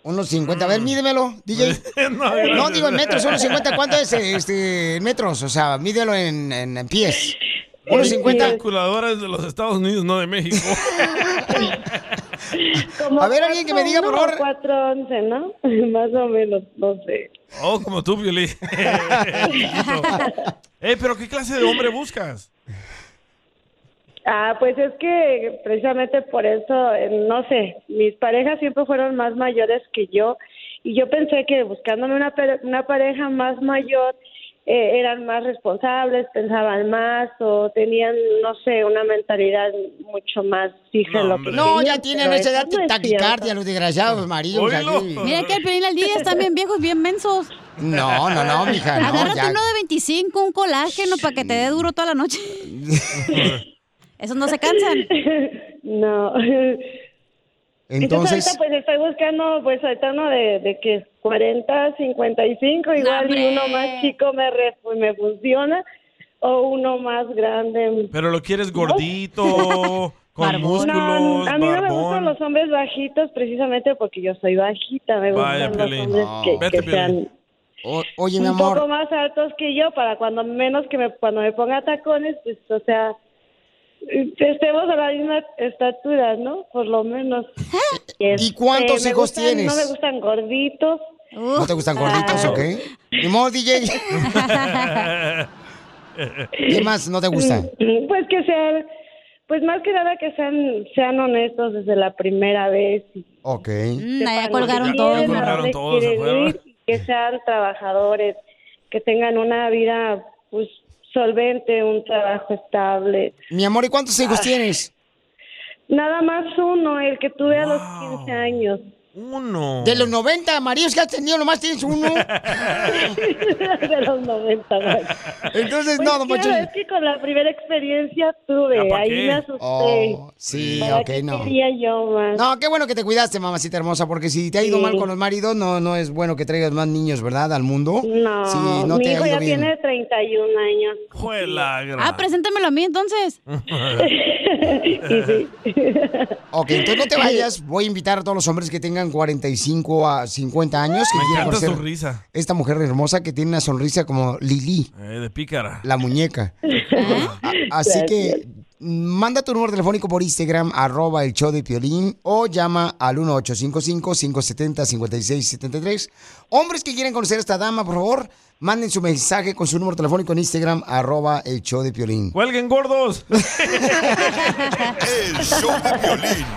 Unos 50. A ver, mídemelo, DJ.
no,
no,
gracias.
digo en metros, unos 50. ¿Cuánto es este, en metros? O sea, mídelo en, en, en pies. Unos 50.
calculadora es de los Estados Unidos, no de México.
A ver, alguien que me diga, por favor.
411, ¿no? Más o menos, no sé.
Oh, como tú, Violín. Chiquito. Ey, pero ¿qué clase de hombre buscas?
Ah, pues es que precisamente por eso, eh, no sé, mis parejas siempre fueron más mayores que yo y yo pensé que buscándome una, pere- una pareja más mayor eh, eran más responsables, pensaban más o tenían, no sé, una mentalidad mucho más fija en lo que
No, ya
querían,
tienen
pero
esa edad
eso no es
taquicardia, los desgraciados amarillos.
Oílo.
aquí.
Mira que el Pelín al día están bien viejos, bien mensos.
No, no, no, mija, no,
Agárrate
ya.
uno de 25, un colágeno para que te dé duro toda la noche. Esos no se cansan.
No.
Entonces,
ahorita, pues estoy buscando, pues ahorita uno de, de que 40, 55, igual y uno más chico me, re- pues, me funciona o uno más grande.
Pero lo quieres gordito, con músculos,
No, a mí no me gustan
barbón.
los hombres bajitos precisamente porque yo soy bajita, me
Vaya,
gustan los
Piolín.
hombres que,
Vete,
que sean
Piolín.
oye, mi
un poco
amor,
más altos que yo para cuando menos que me, cuando me ponga tacones, pues o sea, que estemos a la misma estatura, ¿no? Por lo menos. Este,
cuántos
me
hijos
gustan-
tienes?
No me gustan gorditos.
¿no te gustan gorditos
Ah,
o qué? Ni modo, DJ. ¿Qué más no te gusta?
Pues que sean, pues más que nada que sean, sean honestos desde la primera vez.
Ok.
Sepan lo
Mm, colgaron
que
todos.
quieren,
Ya
a dónde
colgaron todos, se
quieren
fueron.
ir, que sean trabajadores, que tengan una vida pues solvente, un trabajo estable.
Mi amor, ¿y cuántos hijos tienes?
Nada más uno, el que tuve a los 15 años.
Uno.
De los 90 maridos que has tenido, nomás tienes uno.
de los 90. Pues
Entonces, no, don Poncho.
Es que con la primera experiencia tuve,
¿Ya Ah, pa'
Ah, ahí
qué?
me asusté.
Oh, sí,
¿Para
ok,
qué
no.
quería yo más?
No, qué bueno que te cuidaste, mamacita hermosa, porque si te ha ido
Sí.
mal con los maridos, no, no es bueno que traigas más niños, ¿verdad? Al mundo.
No,
Sí, no
mi
te ha
hijo
ido
ya
bien.
tiene 31 años.
Ah, preséntamelo a mí entonces.
Ok, entonces no te vayas. Voy a invitar a todos los hombres que tengan 45 a 50 años. Que
Me
quieran
encanta su
conocer
risa.
Esta mujer hermosa que tiene una sonrisa como Lili,
Eh, de pícara.
la muñeca. A- Ah, Así que manda tu número telefónico por Instagram, arroba el show de Piolín, o llama al 1855-570-5673. Hombres que quieren conocer a esta dama, por favor, manden su mensaje con su número telefónico en Instagram, arroba el show de Piolín.
¡Cuelguen gordos!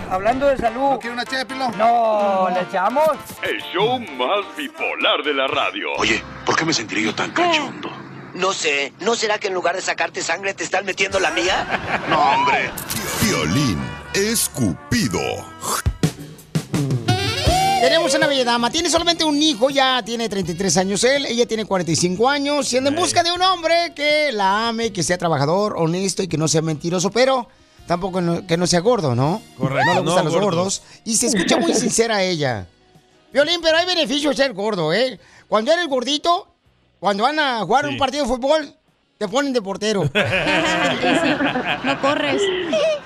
Hablando de salud. ¿No quiere una ché de pilón? No, ¿le echamos?
El show más bipolar de la radio. Oye, ¿por qué me sentiré yo tan cachondo?
No sé, ¿no será que en lugar de sacarte sangre te están metiendo la mía?
No, hombre.
Violín escupido.
Tenemos una bella dama, tiene solamente un hijo, ya tiene 33 años él, ella tiene 45 años, y anda en busca de un hombre que la ame, que sea trabajador, honesto y que no sea mentiroso, pero tampoco no- que no sea gordo, ¿no?
Correcto,
No le gustan
no
los
gordos.
gordos. Y se escucha muy sincera ella. Violín, pero hay beneficio de ser gordo, ¿eh? Cuando eres gordito, cuando van a jugar
Sí.
un partido de fútbol, te ponen de portero.
No corres.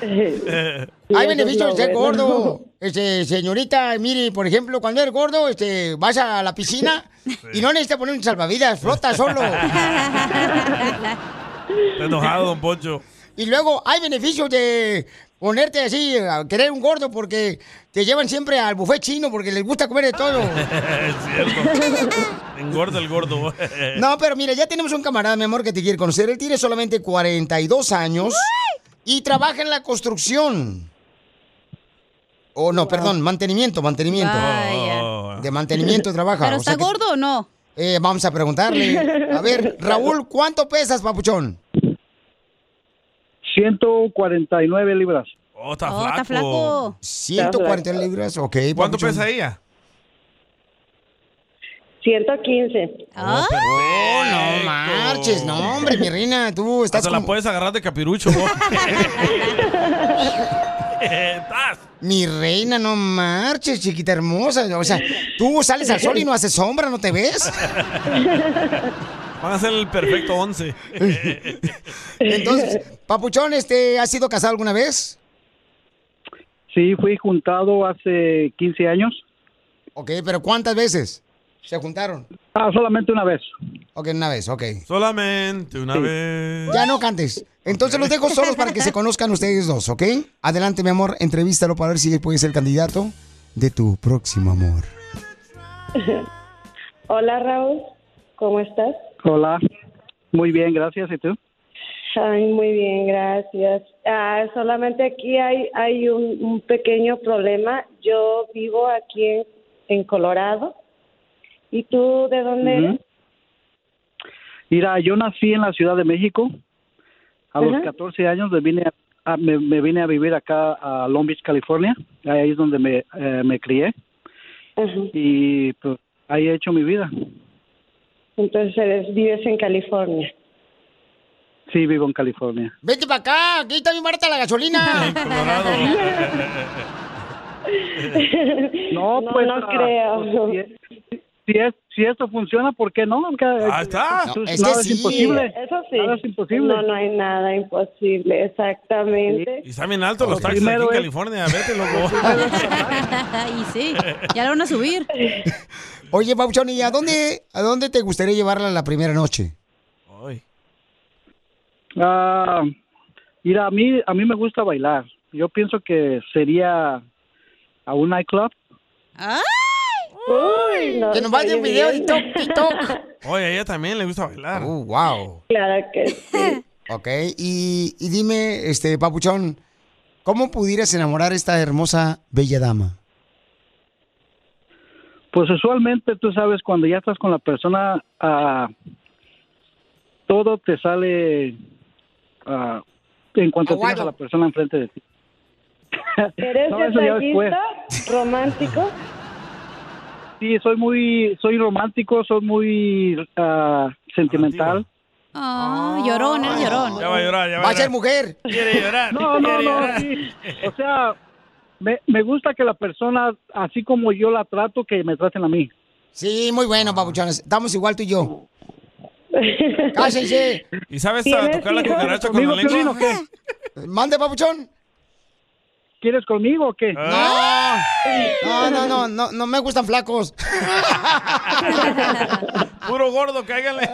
Hay
eso
beneficios de
es lo
ser
bueno.
gordo. Este, señorita, mire, por ejemplo, cuando eres gordo, este, vas a la piscina y no necesitas poner un salvavidas, flota solo.
Está enojado, don Poncho.
y luego hay beneficios de ponerte así, a querer un gordo porque te llevan siempre al buffet chino porque les gusta comer de todo.
es cierto. Engorda el gordo.
No, pero mira, ya tenemos un camarada, mi amor, que te quiere conocer. Él tiene solamente 42 años y trabaja en la construcción. Oh, no, perdón, mantenimiento, mantenimiento.
Vaya.
De mantenimiento trabaja.
¿Pero
o sea
está
que-
gordo o no?
Eh, vamos a preguntarle. A ver, Raúl, ¿cuánto pesas, papuchón?
149 libras.
Oh, está
Oh, está
flaco.
flaco.
140 libras, ok.
¿Cuánto
papuchón.
pesa ella?
115.
Ah,
Oh, no
marches, no, hombre, mi reina, tú estás
Hasta la
como-
puedes agarrar de capirucho, vos. ¡Tas!
Mi reina, no marches, chiquita hermosa. O sea, tú sales al sol y no haces sombra, ¿no te ves?
Van a ser el perfecto 11.
Entonces, papuchón, este, ¿has sido casado alguna vez?
Sí, fui juntado hace 15 años.
Ok, pero ¿cuántas veces se juntaron?
Ah, solamente una vez.
Ok, una vez, ok.
Solamente una vez.
Ya no cantes. Entonces los dejo solos para que se conozcan ustedes dos, ¿ok? Adelante, mi amor, entrevístalo para ver si él puede ser el candidato de tu próximo amor.
Hola Raúl, ¿cómo estás?
Hola. Muy bien, gracias. ¿Y tú?
Ay, muy bien, gracias. Ah, solamente aquí hay, hay un, un pequeño problema. Yo vivo aquí en, en Colorado. ¿Y tú de dónde
Ujú.
eres?
Mira, yo nací en la Ciudad de México. A los
Ajá.
14 años me vine a, a- me, me vine a vivir acá a Long Beach, California. Ahí es donde me, eh, me crié. Y pues ahí he hecho mi vida.
Entonces eres- vives en California.
Sí, vivo en California.
Vete para acá, aquí está mi Marta la gasolina.
No,
pues,
no
ah,
creo.
pues, Si, es, si esto funciona, ¿por qué no?
Ahí está.
Eso,
No,
es
es que
nada
sí.
Ah, es imposible.
Eso sí.
Nada es imposible.
No, no hay nada imposible, exactamente.
Y está bien alto los
Lo
taxis aquí en
primero es-
California, vete, loco.
y sí, ya lo van a subir.
Oye, Papuchón, ¿y a dónde, a dónde te gustaría llevarla la primera noche?
Ah, mira, a mí, a mí me gusta bailar. Yo pienso que sería a un nightclub.
Uy, no,
Que nos mande un
oye,
video
bien.
y toc, TikTok.
Oye, a ella también le gusta bailar.
Uh, wow.
Claro que sí.
Ok, y, y dime, este, Papuchón, ¿cómo pudieras enamorar a esta hermosa bella dama?
Pues usualmente tú sabes, cuando ya estás con la persona, ah, todo te sale ah, en cuanto
Aguado.
tienes a la persona enfrente de ti.
¿Eres
No, eso ya después.
detallista? ¿Romántico?
Sí, soy muy, soy romántico, soy muy ah, sentimental.
Oh, llorón, eres llorón.
Ya va a llorar, ya va,
Va a ser
mujer.
Quiere llorar.
No, no,
quiere
no.
llorar.
sí. O sea, me, me gusta que la persona, así como yo la trato, que me traten a mí.
Sí, muy bueno, Papuchón, estamos igual tú y yo. Cállense.
¿Y sabes a tocar la cucaracha con la
¿Conmigo,
lengua?
Piolín, o qué? Mande, Papuchón.
¿Quieres conmigo o qué?
Ah.
No, no, no, no, no me gustan flacos.
Puro gordo, cáigale.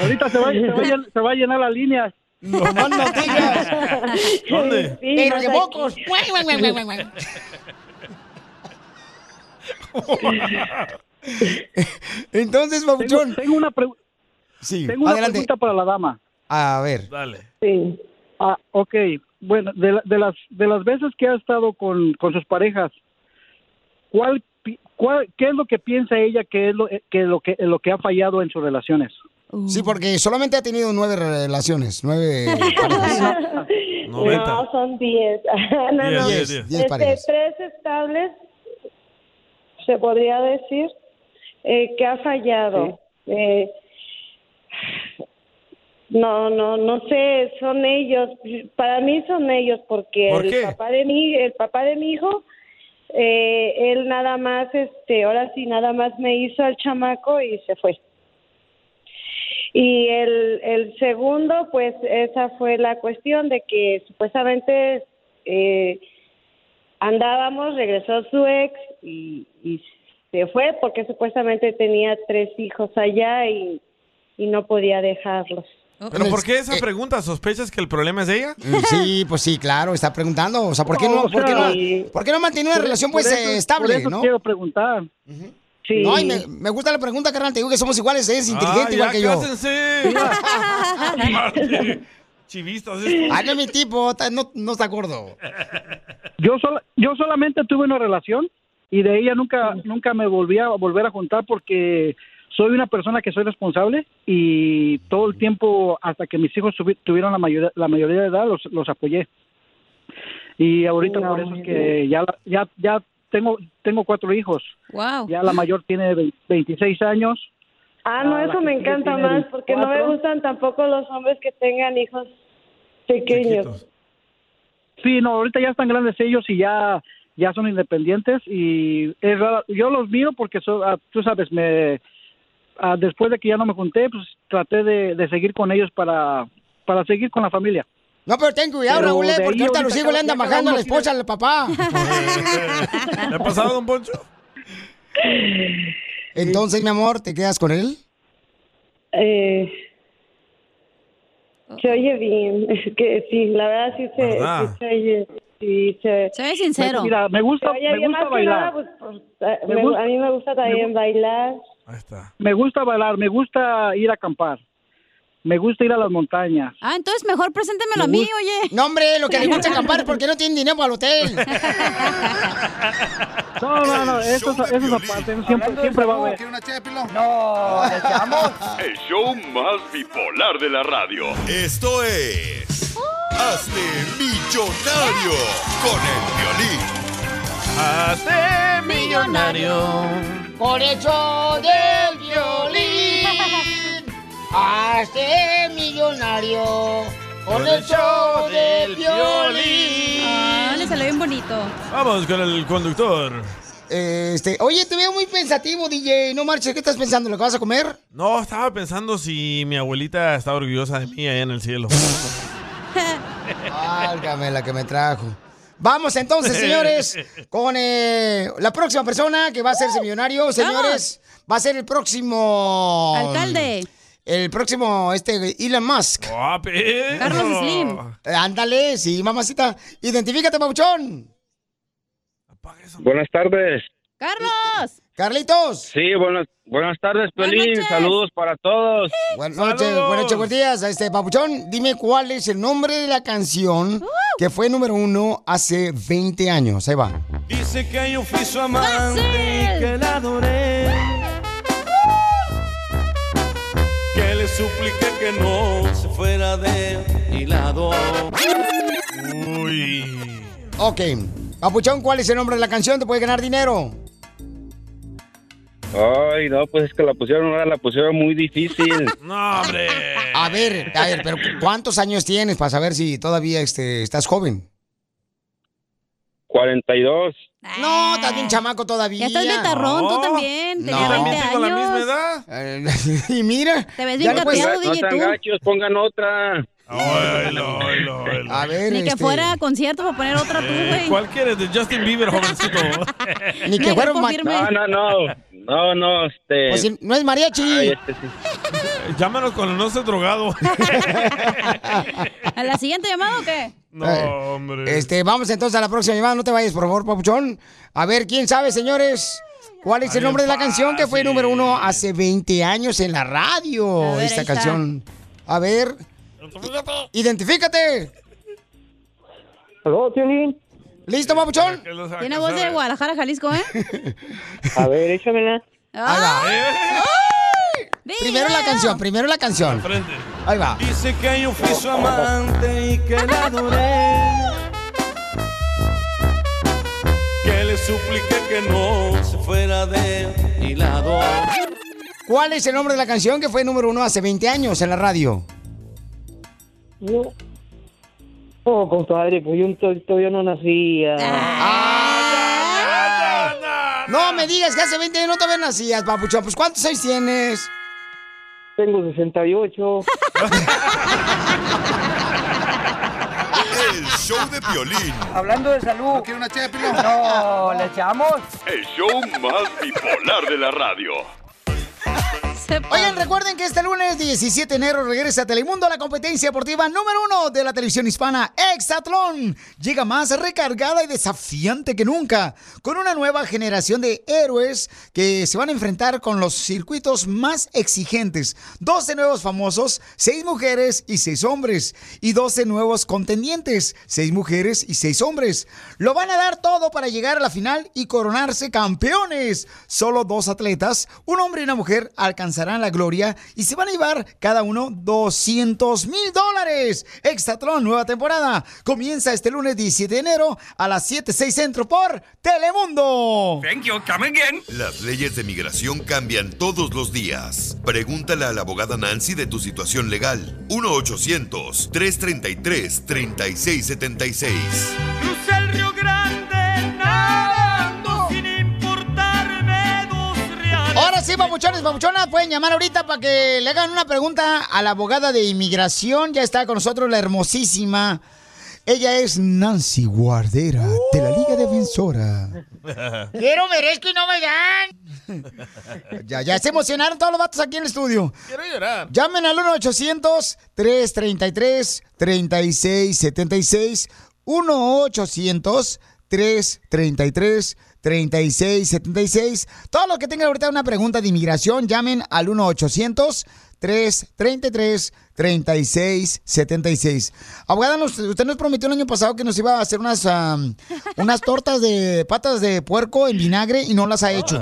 Ahorita se va, se va a llen- se va a llenar la línea.
No más
¿Dónde?
Pero de
aquí.
mocos. Guay, guay, guay, guay, guay, guay. Entonces,
Tengo, tengo una, pregu- tengo una pregunta para la dama.
A ver.
Dale.
Sí. Ah, ok. Bueno, de, la- de las de las veces que ha estado con, con sus parejas, ¿cuál, pi- cuál qué es lo que piensa ella que es lo eh, que lo que lo que ha fallado en sus relaciones?
Sí, porque solamente ha tenido nueve relaciones, nueve parejas.
No, son 10. no, no.
Diez, diez, diez. Diez
Este,
parejas.
tres estables, se podría decir, eh, que ha fallado. Eh, no, no, no sé, son ellos. Para mí son ellos porque
¿Por
el
qué?
papá de mi, el papá de mi hijo, eh, él nada más, este, ahora sí, nada más me hizo al chamaco y se fue. Y el, el segundo, pues esa fue la cuestión de que supuestamente eh, andábamos, regresó su ex y, y se fue porque supuestamente tenía tres hijos allá y, y no podía dejarlos.
¿Pero por qué esa pregunta? ¿Sospechas que el problema es de ella?
Mm, Sí, pues sí, claro, está preguntando. O sea, ¿por qué no,
No, o
por qué
sea,
no, por qué no mantiene una
Oh, por-
relación
por
pues
eso-
eh, estable,
por eso
no?
quiero
preguntar. Sí.
No, y me, me gusta la pregunta, carnal. Te digo que somos iguales, es inteligente
Ah,
igual
ya,
que yo.
cásense. Chivistas. estos.
Ay, no es mi tipo, está- no, no está gordo.
Yo sola- yo solamente tuve una relación y de ella nunca nunca me volví a volver a juntar porque soy una persona que soy responsable y todo el tiempo hasta que mis hijos tuvi- tuvieron la mayoría la mayoría de edad los, los apoyé y ahorita
No,
por eso
muy
es que ya la- ya ya tengo tengo cuatro hijos
Wow.
ya la mayor tiene ve- 26 años
Ah, no,
Ah, la
eso me
que sigue
encanta
tiene
más porque no me
24.
gustan tampoco los hombres que tengan hijos pequeños.
Sí, no, ahorita ya están grandes ellos y ya ya son independientes y es raro. Yo los miro porque so- ah, tú sabes, me ah, después de que ya no me junté, pues traté de, de seguir con ellos para para seguir con la familia.
No, pero ten cuidado,
Pero
Raúl, eh,
de ahí
porque ahorita los
ahorita
hijos le
cada-
andan
ya cada
bajando a la
uno tiene-
esposa, al papá.
¿Le ha pasado, don Poncho?
Entonces, mi amor, ¿te quedas con él?
Eh, se oye bien, es que sí, la verdad sí se,
¿Verdad?
sí se oye. Sí, se,
se oye
sincero. Pues Mira, me gusta-
oye
me
bien,
gusta
más que
bailar.
nada, pues, pues, eh,
Me
me-
gusta-
a mí me gusta también
gu-
bailar.
Me gusta bailar, me gusta ir a acampar. Me gusta ir a las montañas.
Ah, entonces mejor preséntemelo a mí, oye.
No, hombre, lo que le gusta acampar es porque no tiene dinero para el hotel.
No, no, no, eso, es- eso es aparte, siempre, siempre va a haber.
No, le echamos.
El show más bipolar de la radio.
Esto es. Hazte millonario con el violín.
Hazte millonario.
Por hecho del violín, hazte millonario. Con el show del violín.
Ah, le salió bonito.
Vamos con el conductor.
Este, oye, te veo muy pensativo, DJ. No marches, ¿qué estás pensando? ¿Lo que vas a comer?
No, estaba pensando si mi abuelita está orgullosa de mí allá en el cielo.
Válgame la que me trajo. Vamos entonces, señores, con eh, la próxima persona que va a
¡Uh!
hacerse millonario, señores. Va a ser el próximo...
Alcalde.
El próximo, este, Elon Musk.
Carlos Slim.
Eh, Ándale, sí, mamacita. Identifícate, Pauchón.
Buenas tardes.
¡Carlos!
¡Carlitos!
Sí, buenas, buenas tardes, Pelín. Saludos para todos.
Buenas noches, buenas noches, buenos días. Este, Papuchón, dime cuál es el nombre de la canción
¡Uh!
que fue número uno hace 20 años. Ahí va.
Dice que yo fui su amante y que la adoré. Que le supliqué que no se fuera de él y la adoré.
Uy.
Ok. Papuchón, ¿cuál es el nombre de la canción? ¿Te puede ganar dinero?
Ay, no, pues es que la pusieron ahora, la pusieron muy difícil.
No, hombre.
A ver, a ver, pero ¿cuántos años tienes para saber si todavía este, estás joven?
42.
No, estás bien chamaco todavía.
Ya estás betarrón, tú también. Tenías
No.
20
Tengo
años.
la misma y mira.
Te
ya
ves bien
le puedes-
capeado, DJ, tú.
Gachos, pongan otra.
A ver,
Ni que
este,
fuera a concierto para poner otra tú,
Eh,
güey.
¿Cuál quieres? ¿De Justin Bieber, jovencito?
Ni que fuera un ma-
No, no, no. No, no, este.
Pues si no es mariachi.
Ay, este sí.
Llámanos cuando no esté drogado.
¿A la siguiente llamada o qué?
Eh,
hombre.
Este, vamos entonces a la próxima llamada. No te vayas, por favor, Papuchón. A ver, ¿quién sabe, señores? ¿Cuál es el nombre de la canción que fue número uno hace 20 años en la radio?
A ver,
esta
ahí
canción. A ver. Identifícate.
Aló, Piolín.
¿Listo, Papuchón?
Tiene voz de Guadalajara, Jalisco, ¿eh?
A ver, échamela.
Eh.
Primero la canción, primero la canción. Ahí va.
Dice que yo fui su amante y que la adoré. Que le supliqué que no se fuera de él y la adoré.
¿Cuál es el nombre de la canción que fue número uno hace 20 años en la radio?
No. Oh, compadre, pues yo to- todavía no nacía.
No me digas que hace 20 años no te nacías, Papuchón. Pues ¿cuántos años tienes?
Tengo 68.
El show de violín.
Hablando de salud. ¿No una No, ¿le echamos?
El show más bipolar de la radio.
Oigan, recuerden que este lunes 17 de enero regresa a Telemundo a la competencia deportiva número uno de la televisión hispana, Exatlón. Llega más recargada y desafiante que nunca, con una nueva generación de héroes que se van a enfrentar con los circuitos más exigentes. 12 nuevos famosos, 6 mujeres y 6 hombres. Y 12 nuevos contendientes, 6 mujeres y 6 hombres. Lo van a dar todo para llegar a la final y coronarse campeones. Solo dos atletas, un hombre y una mujer, alcanzarán la gloria y se van a llevar cada uno 200 mil dólares. Exatlón, nueva temporada. Comienza este lunes 17 de enero a las 7, 6 centro por Telemundo.
Thank you, come again. Las leyes de migración cambian todos los días. Pregúntale a la abogada Nancy de tu situación legal. 1-800-333-3676.
Crucé el Río Grande nadando sin importarme dos reales.
Ahora sí, papuchones, papuchonas, pueden llamar ahorita para que le hagan una pregunta a la abogada de inmigración. Ya está con nosotros la hermosísima. Ella es Nancy Guardera, de la Liga Defensora.
Quiero,
merezco y no me dan. Ya, ya se emocionaron todos los vatos aquí en el estudio.
Quiero llorar.
Llamen al 1-800-333-3676. 1-800-333-3676. Todos los que tengan ahorita una pregunta de inmigración, llamen al 1-800-333-3676. Abogada, nos- usted nos prometió el año pasado que nos iba a hacer unas, am, unas tortas de patas de
Ah,
puerco en vinagre y no las ha hecho.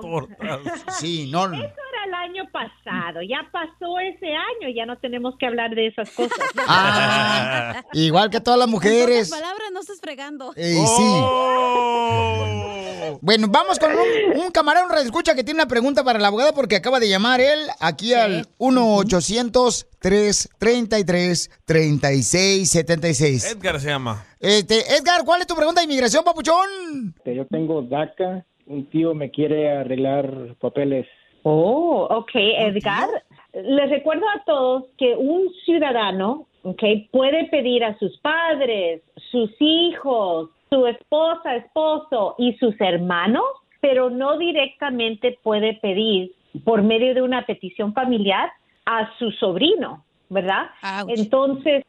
Tortas.
Sí, no.
Eso era el año pasado.
pasado, ya pasó ese año, ya no tenemos que hablar de esas cosas.
Ah, igual que todas las mujeres.
palabras, no estás fregando.
Eh,
Oh.
sí. Bueno, vamos con un, un camarón escucha que tiene una pregunta para la abogada porque acaba de llamar él aquí al 1-800-333-3676.
Edgar se llama.
Este, Edgar, ¿cuál es tu pregunta de inmigración, papuchón?
Este, Yo tengo DACA, un tío me quiere arreglar papeles.
Oh, ok, Edgar. Les recuerdo a todos que un ciudadano ok, puede pedir a sus padres, sus hijos, su esposa, esposo y sus hermanos, pero no directamente puede pedir por medio de una petición familiar a su sobrino, ¿verdad? Entonces,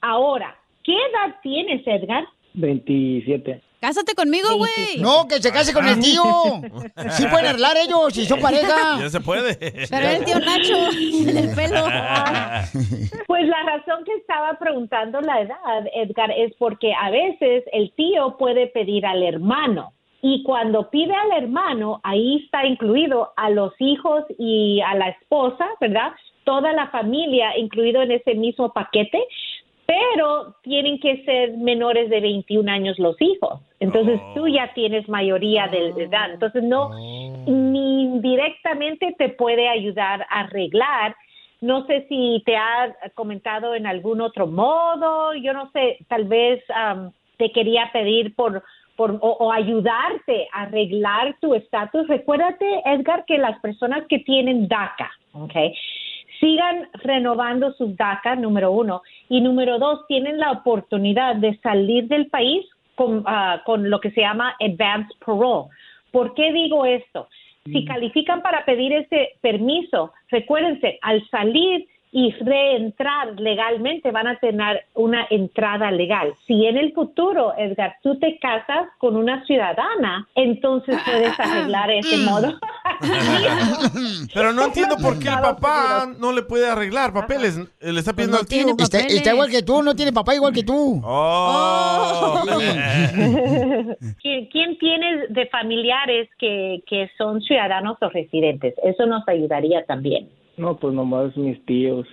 ahora, ¿qué edad tienes, Edgar?
27.
Cásate conmigo, güey.
No, que se case con el tío. Sí pueden arreglar ellos, si son pareja.
Ya se puede.
Pero el tío Nacho, el del pelo.
Pues la razón que estaba preguntando la edad, Edgar, es porque a veces el tío puede pedir al hermano. Y cuando pide al hermano, ahí está incluido a los hijos y a la esposa, ¿verdad? Toda la familia incluido en ese mismo paquete, pero tienen que ser menores de 21 años los hijos. Entonces
Oh.
tú ya tienes mayoría de de edad. Entonces no, ni directamente te puede ayudar a arreglar no sé si te ha comentado en algún otro modo, yo no sé, tal vez am, te quería pedir por, por o, o ayudarte a arreglar tu estatus. Recuérdate, Edgar, que las personas que tienen DACA, ¿ok? Sigan renovando sus DACA, número uno. Y número dos, tienen la oportunidad de salir del país con, ah, con lo que se llama advanced parole. ¿Por qué digo esto? Si califican para pedir ese permiso, recuérdense, al salir y reentrar legalmente van a tener una entrada legal. Si en el futuro, Edgar, tú te casas con una ciudadana, entonces puedes arreglar ese modo.
Pero no entiendo por qué el papá no le puede arreglar papeles. Eh, Le está
Pues
pidiendo al tío.
Está, está igual que tú, no tiene papá igual que tú.
Oh.
¿Quién, quién tienes de familiares que, que son ciudadanos o residentes? Eso nos ayudaría también.
No, pues nomás mis tíos.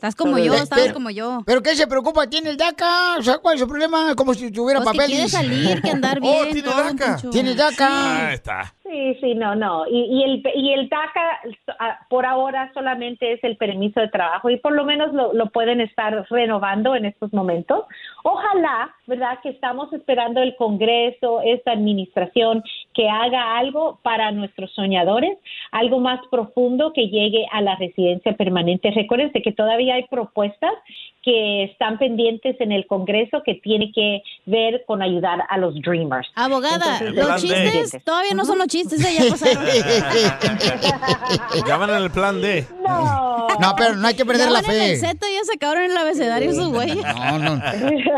Estás como yo, estabas como yo.
¿Pero qué se preocupa? ¿Tiene el DACA? O sea, ¿cuál es su problema? Como si tuviera
Pues que
papeles.
quiere salir, que andar bien, Oh, tiene todo, DACA. Poncho.
Tiene DACA.
Ah,
está.
Sí, sí, no, no. Y, y el, y el DACA ah, por ahora solamente es el permiso de trabajo y por lo menos lo, lo pueden estar renovando en estos momentos. Ojalá, ¿verdad? Que estamos esperando el Congreso, esta administración, que haga algo para nuestros soñadores, algo más profundo que llegue a la residencia permanente. Recuérdense que todavía hay propuestas que están pendientes en el Congreso que tiene que ver con ayudar a los Dreamers.
Abogada,
Entonces,
los
plan B.
chistes todavía no son los chistes de ella.
Llaman al plan D.
No.
No, pero no hay que perder la fe.
El Z ya se acabaron en el abecedario esos güeyes.
No, no.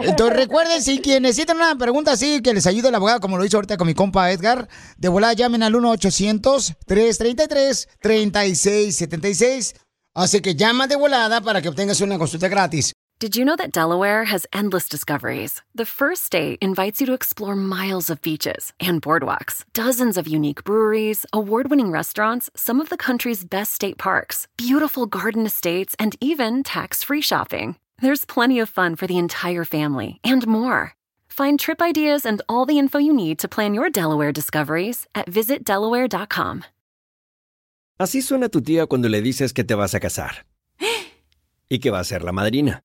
Entonces recuerden, si quienes necesitan una pregunta así que les ayude la abogada, como lo hizo ahorita con mi compa Edgar, de volada llamen al 1-800-333-3676. Así que llama de volada para que obtengas una consulta gratis.
Did you know that Delaware has endless discoveries? The first state invites you to explore miles of beaches and boardwalks, dozens of unique breweries, award winning restaurants, some of the country's best state parks, beautiful garden estates, and even tax free shopping. There's plenty of fun for the entire family and more. Find trip ideas and all the info you need to plan your Delaware discoveries at visitdelaware.com.
Así suena tu tía cuando le dices que te vas a casar. Y que va a ser la madrina.